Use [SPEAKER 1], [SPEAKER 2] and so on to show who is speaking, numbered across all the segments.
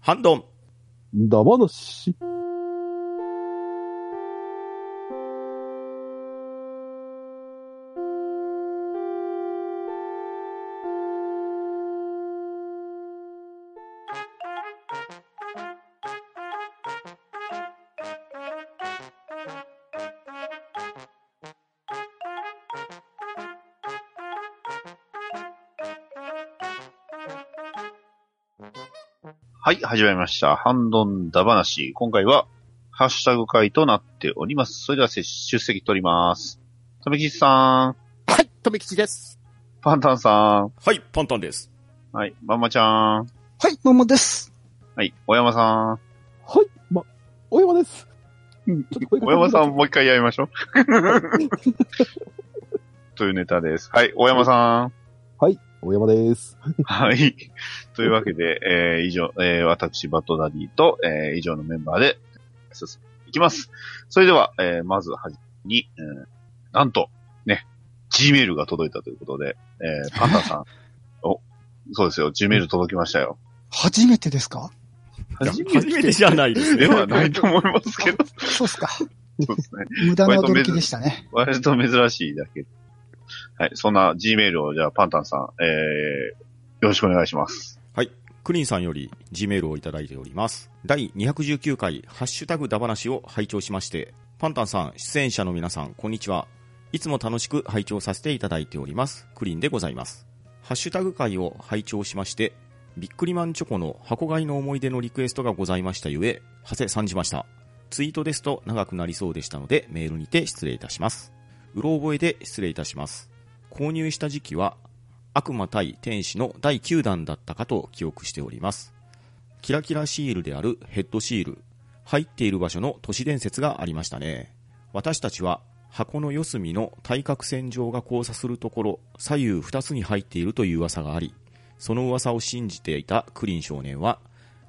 [SPEAKER 1] ハンドン。
[SPEAKER 2] だばなし。
[SPEAKER 3] はい、始まりました。ハンドンダ話。今回は、ハッシュタグ会となっております。それでは、せ出席取ります。とめきちさん、
[SPEAKER 4] はい、とめきちです。
[SPEAKER 3] パンタンさ
[SPEAKER 1] はい、パンタンです。
[SPEAKER 3] ん、はい、まんまちゃん、
[SPEAKER 4] はい、ももです。
[SPEAKER 3] はい、小山さ
[SPEAKER 2] はい、ま、お山です。
[SPEAKER 3] ん。
[SPEAKER 2] ちょっと声が
[SPEAKER 3] 小山さん、もう一回やりま しょう。というネタです。はい、小山さん。
[SPEAKER 2] お山です。
[SPEAKER 3] はい。というわけで、えー以上、えー私、バトダディと、えー以上のメンバーで進んでいきます。それでは、えーまずはじめに、えーなんと、ね、Gmail が届いたということで、えーパンダさん。お、そうですよ、Gmail 届きましたよ。
[SPEAKER 4] 初めてですか
[SPEAKER 1] いや初めてじゃないですね
[SPEAKER 3] で。はないと思いますけど、
[SPEAKER 4] そうっすか。
[SPEAKER 3] そうですね。
[SPEAKER 4] 無駄な驚きでしたね。
[SPEAKER 3] 割と珍しいだけ。はい、そんな Gmail を、じゃあ、パンタンさん、えー、よろしくお願いします。
[SPEAKER 1] クリンさんより G メールをいただいております。第219回、ハッシュタグだ話を拝聴しまして、パンタンさん、出演者の皆さん、こんにちは。いつも楽しく拝聴させていただいております。クリンでございます。ハッシュタグ会を拝聴しまして、ビックリマンチョコの箱買いの思い出のリクエストがございましたゆえ、はせ参じました。ツイートですと長くなりそうでしたので、メールにて失礼いたします。うろ覚えで失礼いたします。購入した時期は、悪魔対天使の第9弾だったかと記憶しておりますキラキラシールであるヘッドシール入っている場所の都市伝説がありましたね私たちは箱の四隅の対角線上が交差するところ左右2つに入っているという噂がありその噂を信じていたクリン少年は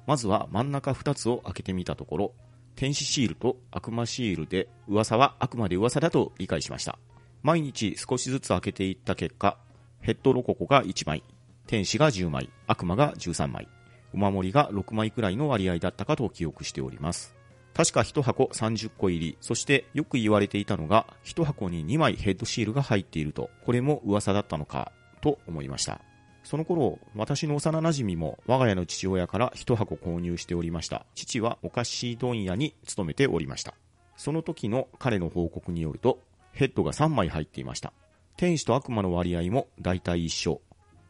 [SPEAKER 1] まずは真ん中2つを開けてみたところ天使シールと悪魔シールで噂はあくまで噂だと理解しました毎日少しずつ開けていった結果ヘッドロココが1枚天使が10枚悪魔が13枚お守りが6枚くらいの割合だったかと記憶しております確か1箱30個入りそしてよく言われていたのが1箱に2枚ヘッドシールが入っているとこれも噂だったのかと思いましたその頃、私の幼馴染も我が家の父親から一箱購入しておりました。父はお菓子問屋に勤めておりました。その時の彼の報告によると、ヘッドが3枚入っていました。天使と悪魔の割合も大体一緒。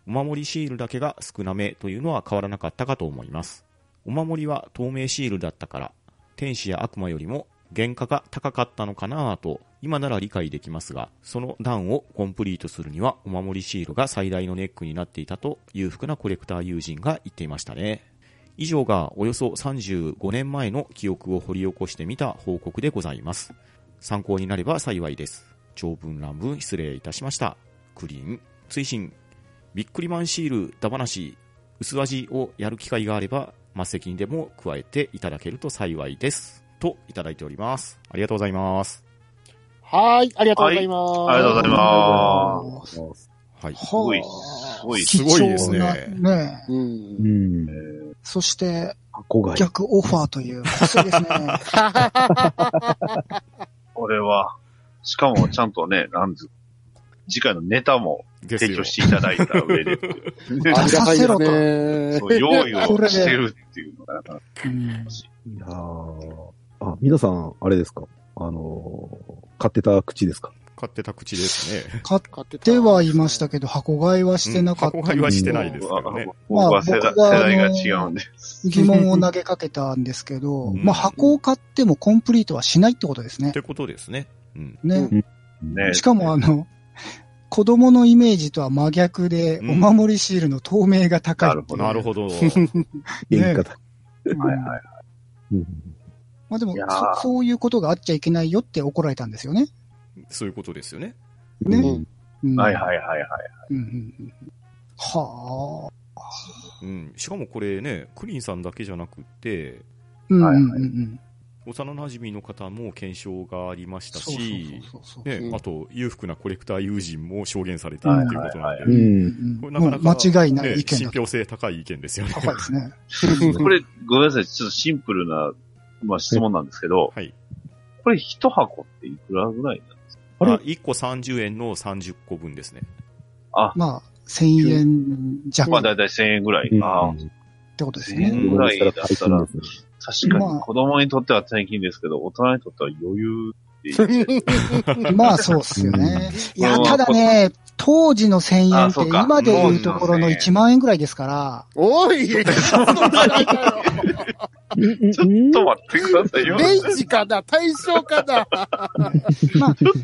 [SPEAKER 1] お守りシールだけが少なめというのは変わらなかったかと思います。お守りは透明シールだったから、天使や悪魔よりも原価が高かったのかなぁと、今なら理解できますが、その段をコンプリートするにはお守りシールが最大のネックになっていたと裕福なコレクター友人が言っていましたね。以上がおよそ35年前の記憶を掘り起こしてみた報告でございます。参考になれば幸いです。長文乱文失礼いたしました。クリーン、追伸、ビックリマンシール、ダバナシ、薄味をやる機会があれば、末席にでも加えていただけると幸いです。といただいております。ありがとうございます。
[SPEAKER 4] はい、ありがとうございます。。
[SPEAKER 3] はいありがとうございます
[SPEAKER 1] はい。
[SPEAKER 4] す
[SPEAKER 3] すごい、すごい。
[SPEAKER 1] すごいですね
[SPEAKER 4] ね
[SPEAKER 2] う
[SPEAKER 5] うん。
[SPEAKER 2] ん。
[SPEAKER 4] そして、
[SPEAKER 2] 箱がいい。
[SPEAKER 4] 逆オファーという、細いですね。
[SPEAKER 3] これは、しかもちゃんとね、なんず、次回のネタも
[SPEAKER 1] で
[SPEAKER 3] 提供していただいた上で、
[SPEAKER 5] ありがたいです
[SPEAKER 4] 出さ
[SPEAKER 5] ね。
[SPEAKER 3] そう用意
[SPEAKER 4] これ
[SPEAKER 3] を
[SPEAKER 4] ね
[SPEAKER 3] してるっていうのがなかなか
[SPEAKER 4] うん
[SPEAKER 2] いやーあ、皆さん、あれですかあのー買ってた口ですか
[SPEAKER 1] 買ってた口です ね。
[SPEAKER 4] 買っ
[SPEAKER 5] 買ってた
[SPEAKER 4] てはいましたけど、箱買いはしてなかった。
[SPEAKER 1] うん箱買いはしてないですからね。
[SPEAKER 3] 僕は世
[SPEAKER 4] ま
[SPEAKER 3] 代
[SPEAKER 4] あ僕はあの
[SPEAKER 3] 世代が違うんで。
[SPEAKER 4] 疑問を投げかけたんですけど、
[SPEAKER 2] うん
[SPEAKER 4] まあ箱を買ってもコンプリートはしないってことですね
[SPEAKER 1] って。ことですね。うん。
[SPEAKER 4] ね。
[SPEAKER 3] ね
[SPEAKER 4] しかもあの、子供のイメージとは真逆で、
[SPEAKER 1] うん
[SPEAKER 4] お守りシールの透明が高いっていう。
[SPEAKER 1] な るほど。
[SPEAKER 4] ね
[SPEAKER 2] 言い方。
[SPEAKER 4] うん
[SPEAKER 2] うん
[SPEAKER 4] まあでも
[SPEAKER 3] いやー
[SPEAKER 4] そ、そういうことがあっちゃいけないよって怒られたんですよね。
[SPEAKER 1] そういうことですよね。
[SPEAKER 4] ね
[SPEAKER 2] うん
[SPEAKER 4] うん
[SPEAKER 3] はいはいはいはい。
[SPEAKER 4] うんうんうんはあ。
[SPEAKER 1] うん。しかもこれね、クリンさんだけじゃなくて、
[SPEAKER 4] うんうん
[SPEAKER 3] はい
[SPEAKER 4] うんうん
[SPEAKER 1] 幼馴染の方も検証がありました
[SPEAKER 4] そう
[SPEAKER 1] し、
[SPEAKER 4] そうそうそう。
[SPEAKER 1] ね、あと、裕福なコレクター友人も証言されてい
[SPEAKER 3] は
[SPEAKER 1] る
[SPEAKER 3] い
[SPEAKER 1] ということなんで、
[SPEAKER 3] は
[SPEAKER 2] う
[SPEAKER 3] い
[SPEAKER 2] ん。
[SPEAKER 1] これ
[SPEAKER 4] うん
[SPEAKER 1] なかなか
[SPEAKER 4] もう間違いな
[SPEAKER 1] ね
[SPEAKER 4] い意見
[SPEAKER 1] 信
[SPEAKER 4] だ
[SPEAKER 1] 憑性高い意見ですよね。
[SPEAKER 4] 高いですね。
[SPEAKER 3] これ、ごめんなさい。ちょっとシンプルな、まあ、質問なんですけど、
[SPEAKER 1] はい。
[SPEAKER 3] これ一箱っていくらぐらいなんですか
[SPEAKER 1] あ
[SPEAKER 2] あれ
[SPEAKER 1] ?1 個30円の30個分ですね。
[SPEAKER 3] あ、
[SPEAKER 4] まあ、1000円弱
[SPEAKER 3] まあ
[SPEAKER 4] っ
[SPEAKER 3] だいたい1000円ぐらい。あー
[SPEAKER 4] てことです
[SPEAKER 3] う
[SPEAKER 4] ね。
[SPEAKER 3] んぐらいだったら
[SPEAKER 2] 最近ですね。
[SPEAKER 3] 確か
[SPEAKER 4] ま
[SPEAKER 3] に
[SPEAKER 4] あ
[SPEAKER 3] 子供にとっては大金ですけど、大人にとっては余裕っていう。
[SPEAKER 4] まあそうっすよね。
[SPEAKER 3] うん
[SPEAKER 4] いや、ただね、当時の1000円
[SPEAKER 3] あ
[SPEAKER 4] って
[SPEAKER 3] そうか
[SPEAKER 4] 今でいうところ
[SPEAKER 3] も
[SPEAKER 4] の
[SPEAKER 3] う
[SPEAKER 4] 1万円ぐらいで すから、
[SPEAKER 5] おい、そんなにだよ
[SPEAKER 3] ちょっと待ってくださいよ。
[SPEAKER 5] レンジかな対象かな
[SPEAKER 4] まあ、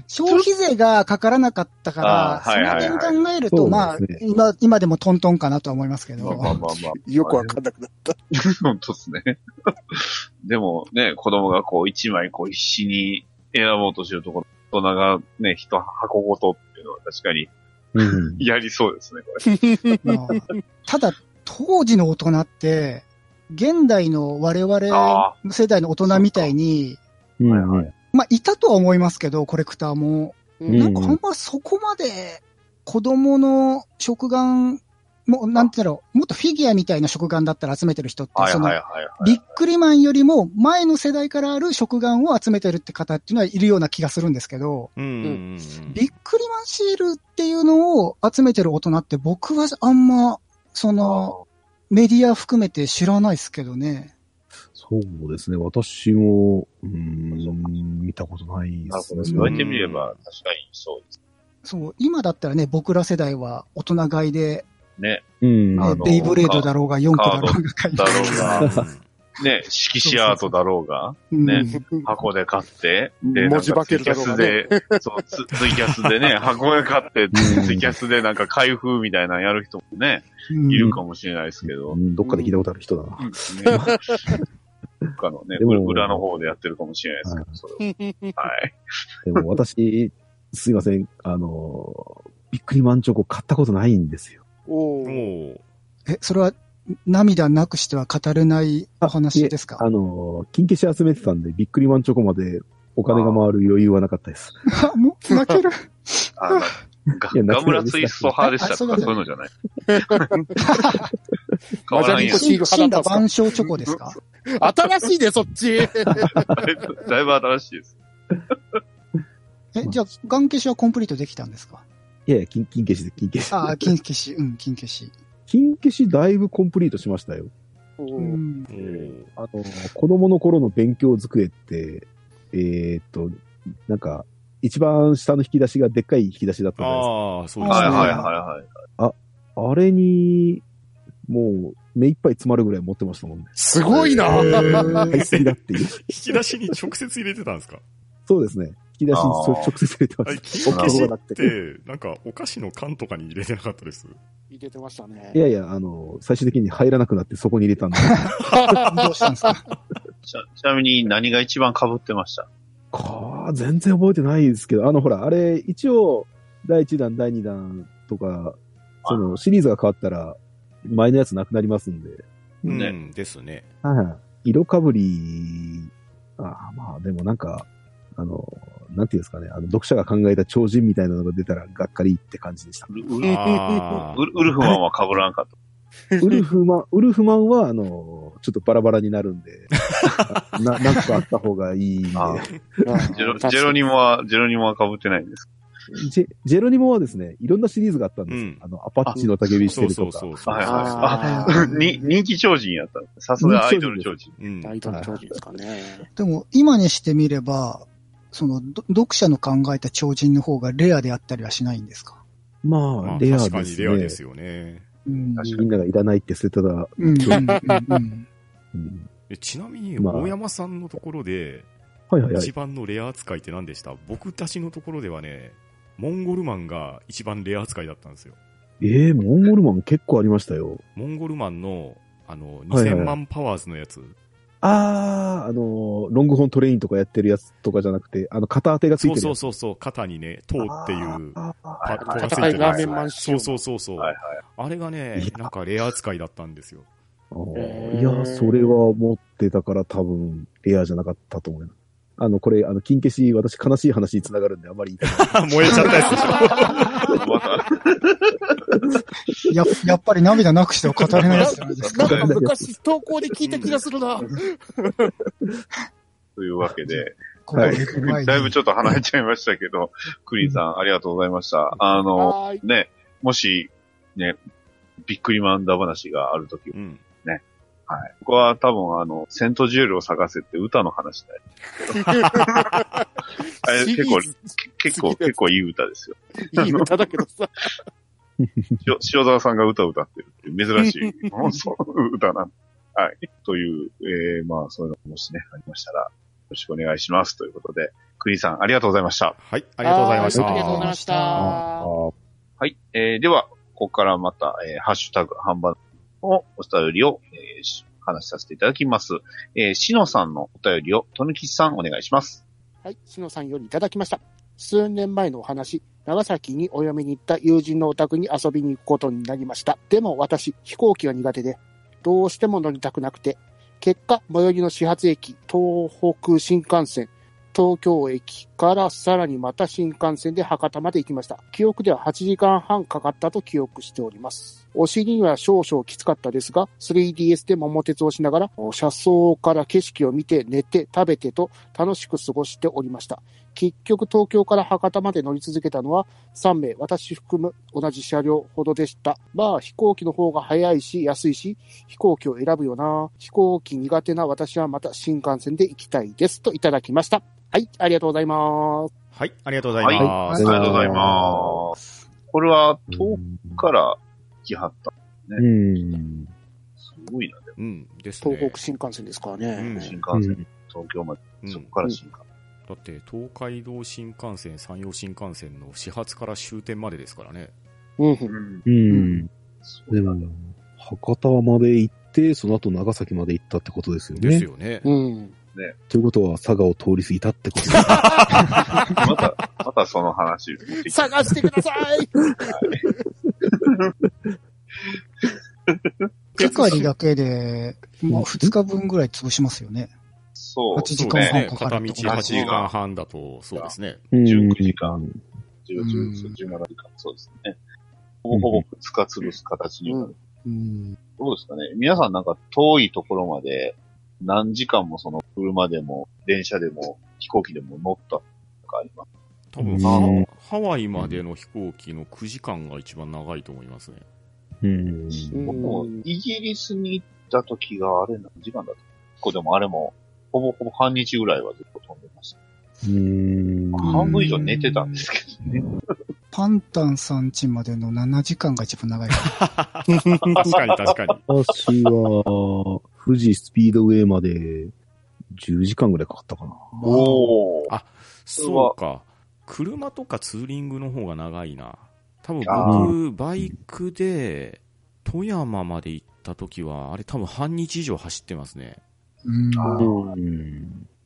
[SPEAKER 4] 消費税がかからなかったから、
[SPEAKER 3] あ
[SPEAKER 4] そ
[SPEAKER 3] はいはいはい
[SPEAKER 4] の点考える
[SPEAKER 2] そ
[SPEAKER 4] と、
[SPEAKER 2] う
[SPEAKER 4] まあ
[SPEAKER 2] ですね、
[SPEAKER 4] 今、今でもトントンかなとは思いますけ
[SPEAKER 3] まあまあ
[SPEAKER 4] ど、
[SPEAKER 3] まあまあ。
[SPEAKER 5] よくわかんなくなった。
[SPEAKER 3] 本当ですね。でもね、子供がこう一枚こう必死に選ぼうとしてるところ、大人がね、一箱ごとっていうのは確かに
[SPEAKER 2] うん。
[SPEAKER 3] やりそうですね、これ。
[SPEAKER 4] まあ ただ、当時の大人って、現代の我々世代の大人みたいに、
[SPEAKER 2] うん
[SPEAKER 3] はいは
[SPEAKER 4] まあ、いたとは思いますけど、コレクターも。
[SPEAKER 2] うん
[SPEAKER 4] なんかあんまそこまで子供の食玩、もうなんていうの、もっとフィギュアみたいな食玩だったら集めてる人って、
[SPEAKER 3] はい
[SPEAKER 4] そ
[SPEAKER 3] はいは
[SPEAKER 4] の
[SPEAKER 3] い、はい。
[SPEAKER 4] ビックリマンよりも前の世代からある食玩を集めてるって方っていうのはいるような気がするんですけど、
[SPEAKER 1] うんうんうんうん。
[SPEAKER 4] ビックリマンシールっていうのを集めてる大人って僕はあんま、その、メディア含めて知らないですけどね。
[SPEAKER 2] そうですね。私も、うん、見たことない
[SPEAKER 3] なる
[SPEAKER 2] です
[SPEAKER 3] ほど。
[SPEAKER 2] ね。
[SPEAKER 3] 言われてみれば確かにそうです
[SPEAKER 4] そう、今だったらね、僕ら世代は大人買いで、
[SPEAKER 3] ね。
[SPEAKER 2] うん。
[SPEAKER 4] ね
[SPEAKER 3] あの
[SPEAKER 4] ベイブレードだろうが、4個だろうが買い
[SPEAKER 3] だろう
[SPEAKER 1] う
[SPEAKER 3] が、
[SPEAKER 1] ん
[SPEAKER 3] ね、色紙アートだろうが、
[SPEAKER 4] うん
[SPEAKER 3] 箱で買って、
[SPEAKER 5] う
[SPEAKER 3] で、
[SPEAKER 5] ん
[SPEAKER 3] なんか
[SPEAKER 5] 文字化け
[SPEAKER 3] ツイ
[SPEAKER 5] る
[SPEAKER 3] キャ
[SPEAKER 5] だろ
[SPEAKER 3] ス
[SPEAKER 5] うが
[SPEAKER 3] で
[SPEAKER 5] ね、
[SPEAKER 3] そう、ツツイキャスでね、箱で買って、
[SPEAKER 2] うん
[SPEAKER 3] ツイキャスでなんか開封みたいなのやる人もね、
[SPEAKER 4] うん
[SPEAKER 3] いるかもしれないですけど
[SPEAKER 2] う、んどっかで聞いたことある人だな。
[SPEAKER 3] うん ね。どっかのね、
[SPEAKER 2] でも
[SPEAKER 3] 裏の方でやってるかもしれないですけど、それは。はい。
[SPEAKER 2] でも私、すいません、あの、ビックリマンチョコ買ったことないんですよ。
[SPEAKER 1] お
[SPEAKER 5] おー
[SPEAKER 1] ー
[SPEAKER 4] え、それは涙なくしては語れないお話ですか
[SPEAKER 2] あの、金消し集めてたんで、ビックリマンチョコまでお金が回る余裕はなかったです。
[SPEAKER 4] あもう泣 ける。
[SPEAKER 3] あの、ガ
[SPEAKER 2] いや
[SPEAKER 3] ガムラツイスト派でしたとか、そ
[SPEAKER 4] あ
[SPEAKER 3] う
[SPEAKER 4] そう
[SPEAKER 3] いうの
[SPEAKER 4] だ
[SPEAKER 3] じゃない。 変わらんやん
[SPEAKER 5] シール
[SPEAKER 4] 死
[SPEAKER 5] 派
[SPEAKER 4] ん
[SPEAKER 5] だ
[SPEAKER 4] だ
[SPEAKER 5] ったん
[SPEAKER 4] 万象チョコですか
[SPEAKER 5] 新しいね、そっち。
[SPEAKER 3] だいぶ新しいです。
[SPEAKER 4] え、じゃあ、ガン消しはコンプリートできたんですか
[SPEAKER 2] いやいや、金、金消しで、金消し。
[SPEAKER 4] ああ、金消し、うん、金消し。
[SPEAKER 2] 金消しだいぶコンプリートしましたよ。
[SPEAKER 4] う
[SPEAKER 5] うん
[SPEAKER 4] ん、
[SPEAKER 1] おー
[SPEAKER 2] あの、子供の頃の勉強机って、えーっと、なんか、一番下の引き出しがでっかい引き出しだったじゃないですか。
[SPEAKER 1] ああ、そうです
[SPEAKER 3] はい
[SPEAKER 1] ね。
[SPEAKER 3] はいはいはい。
[SPEAKER 2] あれに、もう、目いっぱい詰まるぐらい持ってましたもんね。
[SPEAKER 5] すごいな。
[SPEAKER 2] 大好きだっていう。
[SPEAKER 1] 引き出しに直接入れてたん ですか
[SPEAKER 2] そうですね。引き出しにそ
[SPEAKER 3] あー
[SPEAKER 2] 直接入れてま
[SPEAKER 1] あれ
[SPEAKER 2] し
[SPEAKER 1] 金
[SPEAKER 2] た。
[SPEAKER 1] 消し
[SPEAKER 2] 男
[SPEAKER 1] っ
[SPEAKER 2] だって。
[SPEAKER 1] て、なんかお菓子の缶とかに入れてなかったです。
[SPEAKER 5] 入れてましたね
[SPEAKER 2] い。やいや、あの、最終的に入らなくなってそこに入れたんで、
[SPEAKER 4] どうしたんです か
[SPEAKER 3] ちなちなみに何が一番被ってました
[SPEAKER 2] かー全然覚えてないですけど、あの、ほら、あれ、一応、第1弾、第2弾とか、その、シリーズが変わったら、前のやつなくなりますんで、
[SPEAKER 1] う
[SPEAKER 3] ね
[SPEAKER 1] ん、ですね。
[SPEAKER 2] はい。色かぶり、あーまあ、でもなんか、あの、なんていうんですかね、あの、読者が考えた超人みたいなのが出たら、がっかりって感じでした。
[SPEAKER 3] ウル
[SPEAKER 1] あ
[SPEAKER 3] ウルウルフマンは被らんかった。
[SPEAKER 2] ウルフマン、ウルフマンは、あの、ちょっとバラバラにな るんで、な、なんかあった方がいいんで。
[SPEAKER 3] あジェロ
[SPEAKER 5] 確かに
[SPEAKER 3] ジェロニモは、ジェロニモは被ってないんです。
[SPEAKER 2] ジェジェロニモはですね、いろんなシリーズがあったんですよ。
[SPEAKER 1] うん
[SPEAKER 2] あの、アパッチの焚き火して
[SPEAKER 1] そう
[SPEAKER 2] る
[SPEAKER 1] そ
[SPEAKER 2] と
[SPEAKER 1] うそ。
[SPEAKER 2] か
[SPEAKER 1] うそう。
[SPEAKER 3] はい
[SPEAKER 1] は
[SPEAKER 5] あ
[SPEAKER 4] あー
[SPEAKER 3] に人気超人やった。さすがアイドル超人。
[SPEAKER 1] い。うん。
[SPEAKER 5] 大イドル超人ですかね。
[SPEAKER 4] でも、今にしてみれば、その、ど読者の考えた超人の方がレアであったりはしないんですか
[SPEAKER 2] ま
[SPEAKER 1] ま
[SPEAKER 2] あ、
[SPEAKER 1] あ
[SPEAKER 2] レア
[SPEAKER 1] 確か
[SPEAKER 2] で
[SPEAKER 1] に
[SPEAKER 2] す
[SPEAKER 1] レア
[SPEAKER 2] ね。
[SPEAKER 1] ですよね。
[SPEAKER 4] うん。
[SPEAKER 3] 確
[SPEAKER 2] みんながいらないって捨てたら、
[SPEAKER 4] うん、うん、うんうん。
[SPEAKER 2] うん
[SPEAKER 1] えちなみに、
[SPEAKER 2] まあ
[SPEAKER 1] 大山さんのところで、
[SPEAKER 2] はいはいは
[SPEAKER 1] 一
[SPEAKER 2] い。
[SPEAKER 1] 番のレア扱いって何でした僕たちのところではね、モンゴルマンが一番レア扱いだったんですよ。
[SPEAKER 2] ええモンゴルマン結構ありましたよ。
[SPEAKER 1] モンゴルマンの、あの、
[SPEAKER 2] はいはい
[SPEAKER 1] 2000万パワーズのやつ。
[SPEAKER 2] あー、あの、ロングホーントレインとかやってるやつとかじゃなくて、あの、片当てがついて
[SPEAKER 1] そ
[SPEAKER 2] る
[SPEAKER 1] う
[SPEAKER 2] やつ。
[SPEAKER 1] そうそうそう、肩にね、塔っていう、
[SPEAKER 2] あー
[SPEAKER 1] パッ
[SPEAKER 5] はい
[SPEAKER 1] がついてる
[SPEAKER 5] ラ
[SPEAKER 1] や
[SPEAKER 5] ーメンマン
[SPEAKER 1] つ。
[SPEAKER 5] 仕
[SPEAKER 1] そ
[SPEAKER 5] 様
[SPEAKER 1] うそうそうそう。
[SPEAKER 3] はい
[SPEAKER 1] あれがね
[SPEAKER 2] いや、
[SPEAKER 1] なんかレア扱いだったんですよ。
[SPEAKER 2] あー
[SPEAKER 5] へー
[SPEAKER 2] いや、それはもっってたから多分、レアじゃなかったと思います。あの、これ、あの、金消し、私悲しい話に繋がるんで、あんまり言いたくな い。
[SPEAKER 1] 燃えちゃったやつでし
[SPEAKER 3] また、
[SPEAKER 4] や、やっぱり涙なくしては語れないですよね。
[SPEAKER 5] なんか昔投稿で聞いた気がするな。
[SPEAKER 3] というわけで、
[SPEAKER 4] ここ
[SPEAKER 2] はい
[SPEAKER 4] 行く前に
[SPEAKER 3] だいぶちょっと離れちゃいましたけ ど、クリーンさん、ありがとうございました。あの、
[SPEAKER 5] はーい。
[SPEAKER 3] ね、もし、ね、びっくりマンダ話があるとき、
[SPEAKER 1] うん。
[SPEAKER 3] はい。僕は多分あの、セントジュエルを探せって歌の話 だよ。あれ
[SPEAKER 5] シ
[SPEAKER 3] 結
[SPEAKER 5] リ
[SPEAKER 3] 構
[SPEAKER 5] ー、ズ
[SPEAKER 3] 結構、結構いい歌ですよ。
[SPEAKER 5] いい歌だけどさ。
[SPEAKER 3] 塩塩沢さんが歌を歌ってるっていう珍しい、そう歌なんはい。という、えー、まあ、そういうのもしね、ありましたら、よろしくお願いします。ということで、クリーンさん、ありがとうございました。
[SPEAKER 1] はい、ありがとうございました。
[SPEAKER 5] ありがとうございました。
[SPEAKER 3] はい。えーでは、ここからまた、えーハッシュタグ、ハンバーのお便りを、えーし話しさせていただきます。えー、しのさんのお便りを、とぬきさんお願いします。
[SPEAKER 5] はい、しのさんよりいただきました。数年前のお話、長崎にお嫁に行った友人のお宅に遊びに行くことになりました。でも私、飛行機が苦手で、どうしても乗りたくなくて、結果、最寄りの始発駅、東北新幹線、東京駅からさらにまた新幹線で博多まで行きました。記憶では8時間半かかったと記憶しております。お尻には少々きつかったですが、3DS で桃鉄をしながら、車窓から景色を見て、寝て、食べてと楽しく過ごしておりました。結局東京から博多まで乗り続けたのは3名、私含む同じ車両ほどでした。まあ飛行機の方が早いし安いし、飛行機を選ぶよな。飛行機苦手な私はまた新幹線で行きたいです。といただきました。はい、ありがとうございます。
[SPEAKER 1] はい、ありがとうございま
[SPEAKER 3] あ
[SPEAKER 1] す。
[SPEAKER 3] りがとうございます。これは、遠くから来はった。
[SPEAKER 2] うん。
[SPEAKER 3] すごいな、で
[SPEAKER 1] うん、ですね。
[SPEAKER 5] 東北新幹線ですからね。
[SPEAKER 1] うん
[SPEAKER 3] も、新
[SPEAKER 2] う
[SPEAKER 3] 幹線、東京まで、
[SPEAKER 1] うん
[SPEAKER 3] そこから新幹線。
[SPEAKER 1] だって、東海道新幹線、山陽新幹線の始発から終点までですからね。
[SPEAKER 5] うん、
[SPEAKER 3] うん。
[SPEAKER 2] ん。
[SPEAKER 3] すご
[SPEAKER 2] で
[SPEAKER 3] いな
[SPEAKER 2] も、博多まで行って、その後長崎まで行ったってことですよね。
[SPEAKER 1] ですよね。
[SPEAKER 5] うん。
[SPEAKER 2] ということは、佐賀を通り過ぎたってことですね。
[SPEAKER 3] また、またその話持ってきて。
[SPEAKER 5] 探してください
[SPEAKER 4] 手借りだけで、もう2日分ぐらい潰しますよね。
[SPEAKER 3] そう、
[SPEAKER 4] 8時
[SPEAKER 1] そ
[SPEAKER 3] そう
[SPEAKER 4] 間
[SPEAKER 1] で
[SPEAKER 3] ね
[SPEAKER 1] す。ね。
[SPEAKER 4] 時間半かか
[SPEAKER 1] 片道
[SPEAKER 4] るとこ
[SPEAKER 1] 8時間半だと、そうですね。
[SPEAKER 2] うん
[SPEAKER 3] 19時間。10 17
[SPEAKER 4] うん
[SPEAKER 3] 時間、そうですね。ほぼほぼ2日潰す形になる。
[SPEAKER 4] うん。
[SPEAKER 3] どうですかね皆さんなんか遠いところまで何時間もその車でも電車でも飛行機でも乗ったとかあります。
[SPEAKER 1] 多分、
[SPEAKER 2] うん
[SPEAKER 1] ハワイまでの飛行機の9時間が一番長いと思いますね。
[SPEAKER 2] うん。
[SPEAKER 5] うん
[SPEAKER 3] 僕もイギリスに行った時があれ何時間だった結構でもあれもほぼほぼ半日ぐらいはずっと飛んでました。
[SPEAKER 2] うん。
[SPEAKER 3] 半分以上寝てたんですけどね。
[SPEAKER 4] パンタンさん家までの7時間が一番長いか
[SPEAKER 1] 確かに確かに。
[SPEAKER 2] 私は、富士スピードウェイまで10時間ぐらいかかったかな。
[SPEAKER 4] ら。
[SPEAKER 3] おー
[SPEAKER 1] あそうか。車とかツーリングの方が長いな。多分
[SPEAKER 3] あ
[SPEAKER 1] 僕、バイクで、富山まで行った時は、あれ多分半日以上走ってますね。
[SPEAKER 4] うん。
[SPEAKER 2] うん。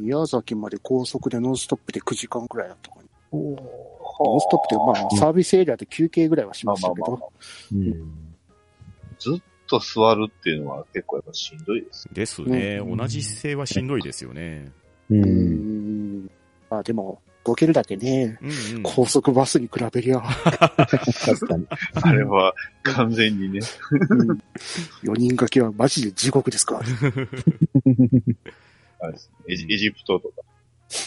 [SPEAKER 5] 宮崎まで高速でノンストップで9時間くらいだったかな
[SPEAKER 4] お
[SPEAKER 5] ノンストップで、まあ、サービスエリアで休憩ぐらいはし
[SPEAKER 3] まあ
[SPEAKER 5] まし
[SPEAKER 3] まあ
[SPEAKER 5] たけ
[SPEAKER 3] まあま
[SPEAKER 5] ど。
[SPEAKER 3] あ。ずっと座るっていうのは結構やっぱしんどいです。
[SPEAKER 1] ですね。
[SPEAKER 2] うん
[SPEAKER 1] 同じ姿勢はしんどいですよね。
[SPEAKER 2] う。
[SPEAKER 5] うんん。まあ、でも、ボケるだけね、
[SPEAKER 1] うんうん。
[SPEAKER 5] 高速バスに比べりゃ、
[SPEAKER 2] 確かに。
[SPEAKER 3] あれは完全にね。
[SPEAKER 5] 4人掛けはマジで地獄ですから。
[SPEAKER 3] あれですエジエジプト とか、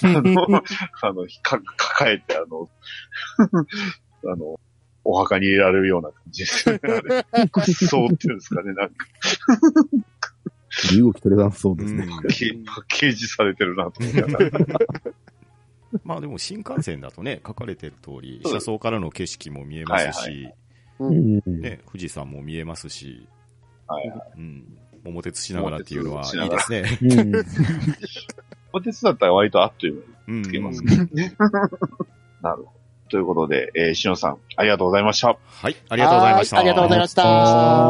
[SPEAKER 3] あの、あの、か、抱えて、あの、 あの、お墓に入れられるような感じです よね。あれそうっていうんですかね。なんか、
[SPEAKER 2] 身動き取れなそうですね。
[SPEAKER 1] うん
[SPEAKER 3] けパッケージされてるなと思いなが ら。
[SPEAKER 1] まあでも新幹線だとね、書かれてる通り、車窓からの景色も見えますし、
[SPEAKER 3] はい
[SPEAKER 2] うん。
[SPEAKER 1] ね、富士山も見えますし、
[SPEAKER 3] はい
[SPEAKER 1] うん、桃鉄しながらっていうのはいいですね。
[SPEAKER 2] うん。
[SPEAKER 3] お手伝だったら割とあっという間
[SPEAKER 1] う
[SPEAKER 3] に
[SPEAKER 1] ん
[SPEAKER 3] つけます
[SPEAKER 5] ね
[SPEAKER 3] なるほど。ということで、えー、しのさん、ありがとうございました。
[SPEAKER 1] はい、ありがとうございました。
[SPEAKER 5] はありがとうございました。
[SPEAKER 2] あ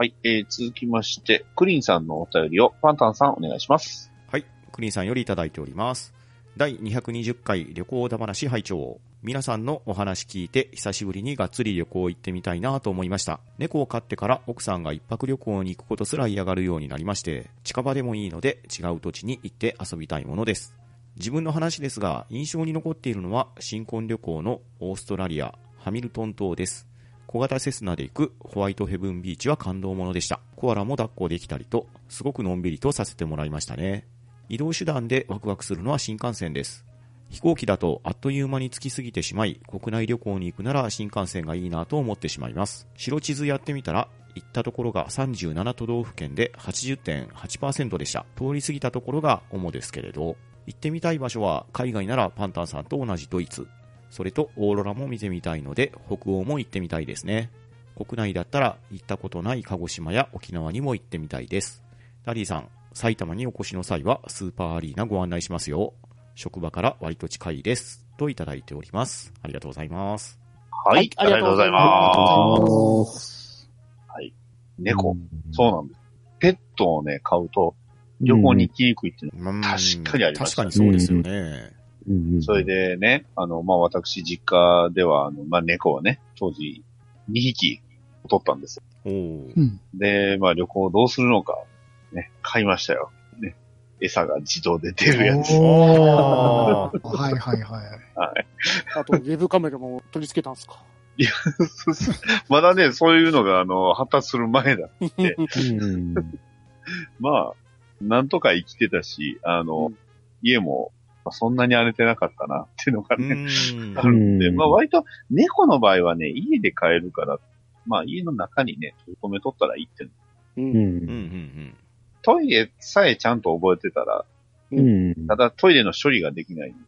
[SPEAKER 3] はい、えー、続きまして、クリンさんのお便りをパンタンさんお願いします。
[SPEAKER 1] はい、クリーンさんよりいただいております。第220回旅行だ話拝聴皆さんのお話聞いて久しぶりにがっつり旅行行ってみたいなと思いました。猫を飼ってから奥さんが一泊旅行に行くことすら嫌がるようになりまして、近場でもいいので違う土地に行って遊びたいものです。自分の話ですが、印象に残っているのは新婚旅行のオーストラリア、ハミルトン島です。小型セスナで行くホワイトヘブンビーチは感動ものでした。コアラも抱っこできたりと、すごくのんびりとさせてもらいましたね。移動手段でワクワクするのは新幹線です。飛行機だとあっという間に着きすぎてしまい、国内旅行に行くなら新幹線がいいなと思ってしまいます。白地図やってみたら、行ったところが37都道府県で80.8%でした。通り過ぎたところが主ですけれど、行ってみたい場所は海外ならパンタンさんと同じドイツ。それとオーロラも見てみたいので、北欧も行ってみたいですね。国内だったら行ったことない鹿児島や沖縄にも行ってみたいです。ダリーさん、埼玉にお越しの際はスーパーアリーナご案内しますよ。職場から割と近いです。といただいております。ありがとうございます。
[SPEAKER 3] は
[SPEAKER 5] はいい。
[SPEAKER 3] ありがとうございま
[SPEAKER 2] あ
[SPEAKER 3] す。
[SPEAKER 2] う
[SPEAKER 3] 猫。
[SPEAKER 2] ん
[SPEAKER 3] そうなんです。ペットをね、飼うと、旅行に行きにくいっていうの。
[SPEAKER 1] 確
[SPEAKER 3] 確かにありま
[SPEAKER 1] 確
[SPEAKER 3] し
[SPEAKER 1] か
[SPEAKER 3] たね
[SPEAKER 1] にそうですよね。
[SPEAKER 2] うんうん
[SPEAKER 3] それでね、あの、まあ、私、実家では、あの、まあ、猫はね、当時、2匹、取ったんです
[SPEAKER 1] お
[SPEAKER 3] よ。
[SPEAKER 1] お。
[SPEAKER 4] うん。
[SPEAKER 3] で、まあ、旅行どうするのか、ね、買いましたよ。ね。餌が自動で出るやつ。
[SPEAKER 1] おー
[SPEAKER 4] はいはいはい。
[SPEAKER 5] あと、ウェブカメラも取り付けたんですか。
[SPEAKER 3] まだね、そういうのが、あの、発達する前だ。
[SPEAKER 2] うん
[SPEAKER 3] まあ、なんとか生きてたし、あの、家も、まあそんなに荒れてなかったな、っていうのが
[SPEAKER 1] う
[SPEAKER 3] ね、
[SPEAKER 1] ん
[SPEAKER 3] あるんで、
[SPEAKER 2] うん
[SPEAKER 3] まあ割と猫の場合はね、家で飼えるから、まあ家の中にね、閉じ込めとったらいいっていう。
[SPEAKER 5] う。
[SPEAKER 2] う
[SPEAKER 1] うん
[SPEAKER 2] ん
[SPEAKER 1] うんん
[SPEAKER 3] トイレさえちゃんと覚えてたら、
[SPEAKER 2] うん
[SPEAKER 3] ただトイレの処理ができないんで、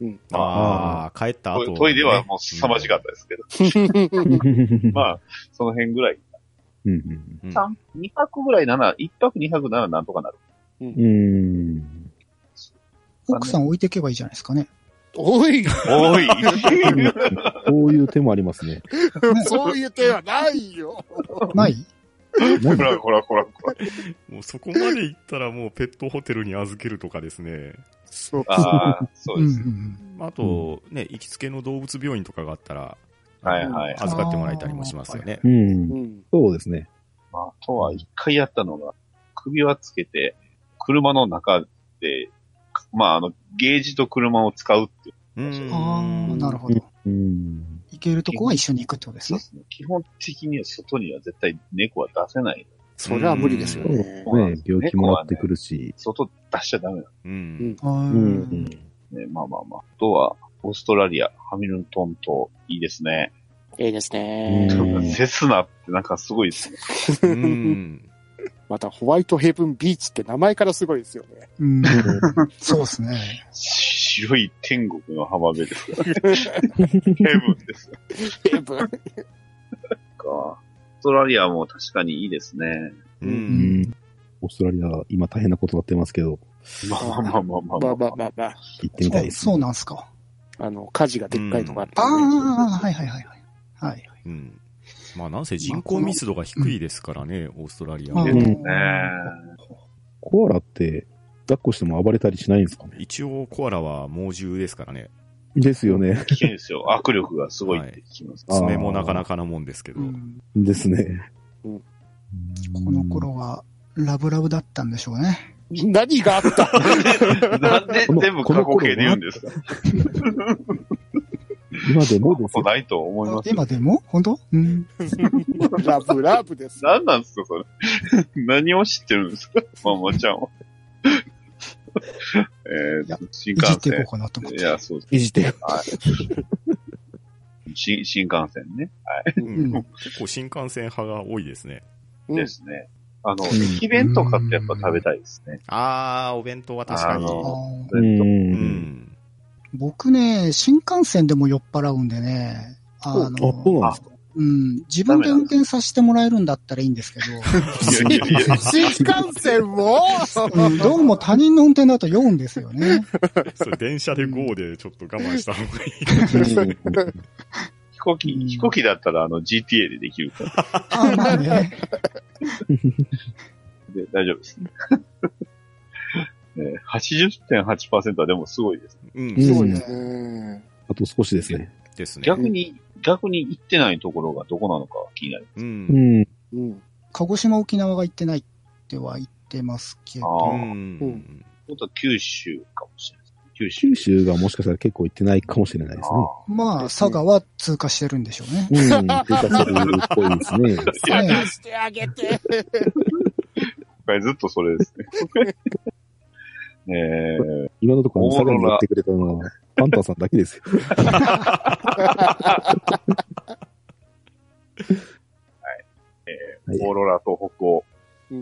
[SPEAKER 5] うん。
[SPEAKER 1] うん。ああ、帰った後、
[SPEAKER 3] トイトイレはもう凄まじかったですけど、まあ、その辺ぐらい。
[SPEAKER 2] うん
[SPEAKER 1] うん
[SPEAKER 3] 三二泊ぐらいなら、一泊二泊ならなんとかなる。
[SPEAKER 2] うん
[SPEAKER 4] 奥さん置いていけばいいじゃないですかね。
[SPEAKER 5] おい
[SPEAKER 3] お い
[SPEAKER 2] こういう手もありますね。
[SPEAKER 5] そういう手はないよ
[SPEAKER 4] ない
[SPEAKER 3] ほらほらほらほら。
[SPEAKER 1] もうそこまで行ったらもうペットホテルに預けるとかですね。
[SPEAKER 5] そう。
[SPEAKER 3] ああ、そううん
[SPEAKER 4] う
[SPEAKER 3] で
[SPEAKER 4] んう
[SPEAKER 3] す。
[SPEAKER 4] ん。
[SPEAKER 1] あと、ね、行きつけの動物病院とかがあったら、
[SPEAKER 3] はいはい
[SPEAKER 1] 預かってもらえたりもしますよね
[SPEAKER 2] う。ん
[SPEAKER 5] う。ん。
[SPEAKER 2] そうですね。
[SPEAKER 3] まあ、あとは一回やったのが、首輪つけて、車の中で、まあ、あの、ゲージと車を使うっていう。
[SPEAKER 1] うん
[SPEAKER 4] ああ、なるほど。
[SPEAKER 2] うん。
[SPEAKER 4] 行けるとこは一緒に行くってことですね。
[SPEAKER 3] ね。基本的には外には絶対猫は出せない。
[SPEAKER 5] それは無理ですよ
[SPEAKER 2] そう
[SPEAKER 5] ね。
[SPEAKER 3] そうなん
[SPEAKER 2] ね
[SPEAKER 3] です、
[SPEAKER 2] 病気もなってくるし。
[SPEAKER 3] 外出しちゃダメだ
[SPEAKER 1] う
[SPEAKER 5] うん
[SPEAKER 1] ん。
[SPEAKER 2] う
[SPEAKER 4] うん。。
[SPEAKER 3] ね。まあまあまあ。あとは、オーストラリア、ハミルトン島、いいですね。
[SPEAKER 5] ええですね。
[SPEAKER 2] うん
[SPEAKER 3] セスナってなんかすごいですね。
[SPEAKER 1] うん。
[SPEAKER 5] また、ホワイトヘブンビーチって名前からすごいですよね。
[SPEAKER 4] うん。そうですね。
[SPEAKER 3] 白い天国の浜辺 ですよね。ヘブンですよ
[SPEAKER 5] ヘブン。
[SPEAKER 3] か。オーストラリアも確かにいいですね。
[SPEAKER 1] う。
[SPEAKER 2] うんんオーストラリア、今大変なことになってますけど、
[SPEAKER 3] まあまあまあまあ
[SPEAKER 5] ま
[SPEAKER 3] ま
[SPEAKER 5] あ
[SPEAKER 3] あ
[SPEAKER 5] まあまあまあ。
[SPEAKER 2] 行ってみたいです。
[SPEAKER 4] そうなんすか。
[SPEAKER 5] あの、火事がでっかいのがあっ
[SPEAKER 4] あ
[SPEAKER 5] た
[SPEAKER 4] あ、
[SPEAKER 5] んで、
[SPEAKER 4] はいはいはいはい。はい。
[SPEAKER 1] うん。まあなんせ人口密度が低いですからね、オーストラリア
[SPEAKER 4] う
[SPEAKER 1] は
[SPEAKER 4] ん。
[SPEAKER 3] ですね。
[SPEAKER 2] コアラって、抱っこしても暴れたりしないんですかね
[SPEAKER 1] 一応コアラは猛獣ですからね。
[SPEAKER 2] ですよね。
[SPEAKER 3] 危険ですよ。握力がすごいって聞きます。
[SPEAKER 2] あー
[SPEAKER 1] 爪もなかなかなもんですけど
[SPEAKER 4] う。ん
[SPEAKER 2] ですね。
[SPEAKER 5] うん
[SPEAKER 4] この。頃は、ラブラブだったんでしょうね。
[SPEAKER 5] 何があった
[SPEAKER 3] なんで全部過去形で言うんですか
[SPEAKER 2] 今でもです
[SPEAKER 3] そう
[SPEAKER 2] よ。
[SPEAKER 3] ないと思います。
[SPEAKER 4] 今でも本当うん。
[SPEAKER 5] ラブラブです。
[SPEAKER 3] 何なんですか、それ。 何を知ってるんですか、ママちゃんは。 えー、
[SPEAKER 4] いや
[SPEAKER 3] 新
[SPEAKER 4] いじっ
[SPEAKER 3] 幹
[SPEAKER 4] ていこ
[SPEAKER 3] 線。
[SPEAKER 4] うかなと思っ
[SPEAKER 3] い
[SPEAKER 4] て。
[SPEAKER 3] や、そうです
[SPEAKER 2] いじって。
[SPEAKER 3] 新 新幹線ね。
[SPEAKER 1] うん
[SPEAKER 4] うん
[SPEAKER 1] 結構新幹線派が多いですね。
[SPEAKER 5] うん
[SPEAKER 3] ですね。あの、
[SPEAKER 2] ん
[SPEAKER 3] 駅弁とかってやっぱ食べたいですね。
[SPEAKER 1] あー、お弁当は確かに
[SPEAKER 3] あ。
[SPEAKER 4] あ
[SPEAKER 3] の
[SPEAKER 4] ー
[SPEAKER 2] う。
[SPEAKER 1] うんん。
[SPEAKER 4] 僕ね、新幹線でも酔っ払うんでね、あ
[SPEAKER 2] あ、そう
[SPEAKER 4] の、
[SPEAKER 2] なんですか
[SPEAKER 4] うん、自分で運転させてもらえるんだったらいいんですけ
[SPEAKER 3] いやいやいや、
[SPEAKER 5] 新幹線も
[SPEAKER 4] ど、うん、どうも他人の運転だと酔うんですよね。
[SPEAKER 1] それ電車で GO でちょっと我慢した方がいい。
[SPEAKER 3] 飛行機、飛行機だったらあの GTA でできる から。
[SPEAKER 4] あまあね。
[SPEAKER 3] で、大丈夫ですね。ね80.8%はでもすごいですね。
[SPEAKER 1] うん
[SPEAKER 2] す
[SPEAKER 5] そ
[SPEAKER 2] ご
[SPEAKER 5] う
[SPEAKER 2] い
[SPEAKER 5] で
[SPEAKER 2] ね
[SPEAKER 5] すね。
[SPEAKER 2] あと少しですね。
[SPEAKER 1] ですね。
[SPEAKER 3] 逆に、逆に行ってないところがどこなのか気になる。
[SPEAKER 1] う。
[SPEAKER 2] うんん。
[SPEAKER 5] うん。
[SPEAKER 4] 鹿児島、沖縄が行ってないっては言ってますけど、
[SPEAKER 3] ああ、
[SPEAKER 1] う
[SPEAKER 3] 本
[SPEAKER 1] ん。
[SPEAKER 3] 当は九州かもしれない。九州。
[SPEAKER 2] 九州がもしかしたら結構行ってないかもしれないですね。
[SPEAKER 4] まあ、佐賀は通過してるんでしょうね。
[SPEAKER 2] うん、出たそうっぽいですね。
[SPEAKER 4] ね
[SPEAKER 5] 探してあげて。
[SPEAKER 3] ああずっとそれですね。えー、
[SPEAKER 2] 今のところ、佐賀に寄ってくれたのは、パンタンさんだけですよ。はい
[SPEAKER 3] オーロラと北欧。
[SPEAKER 2] は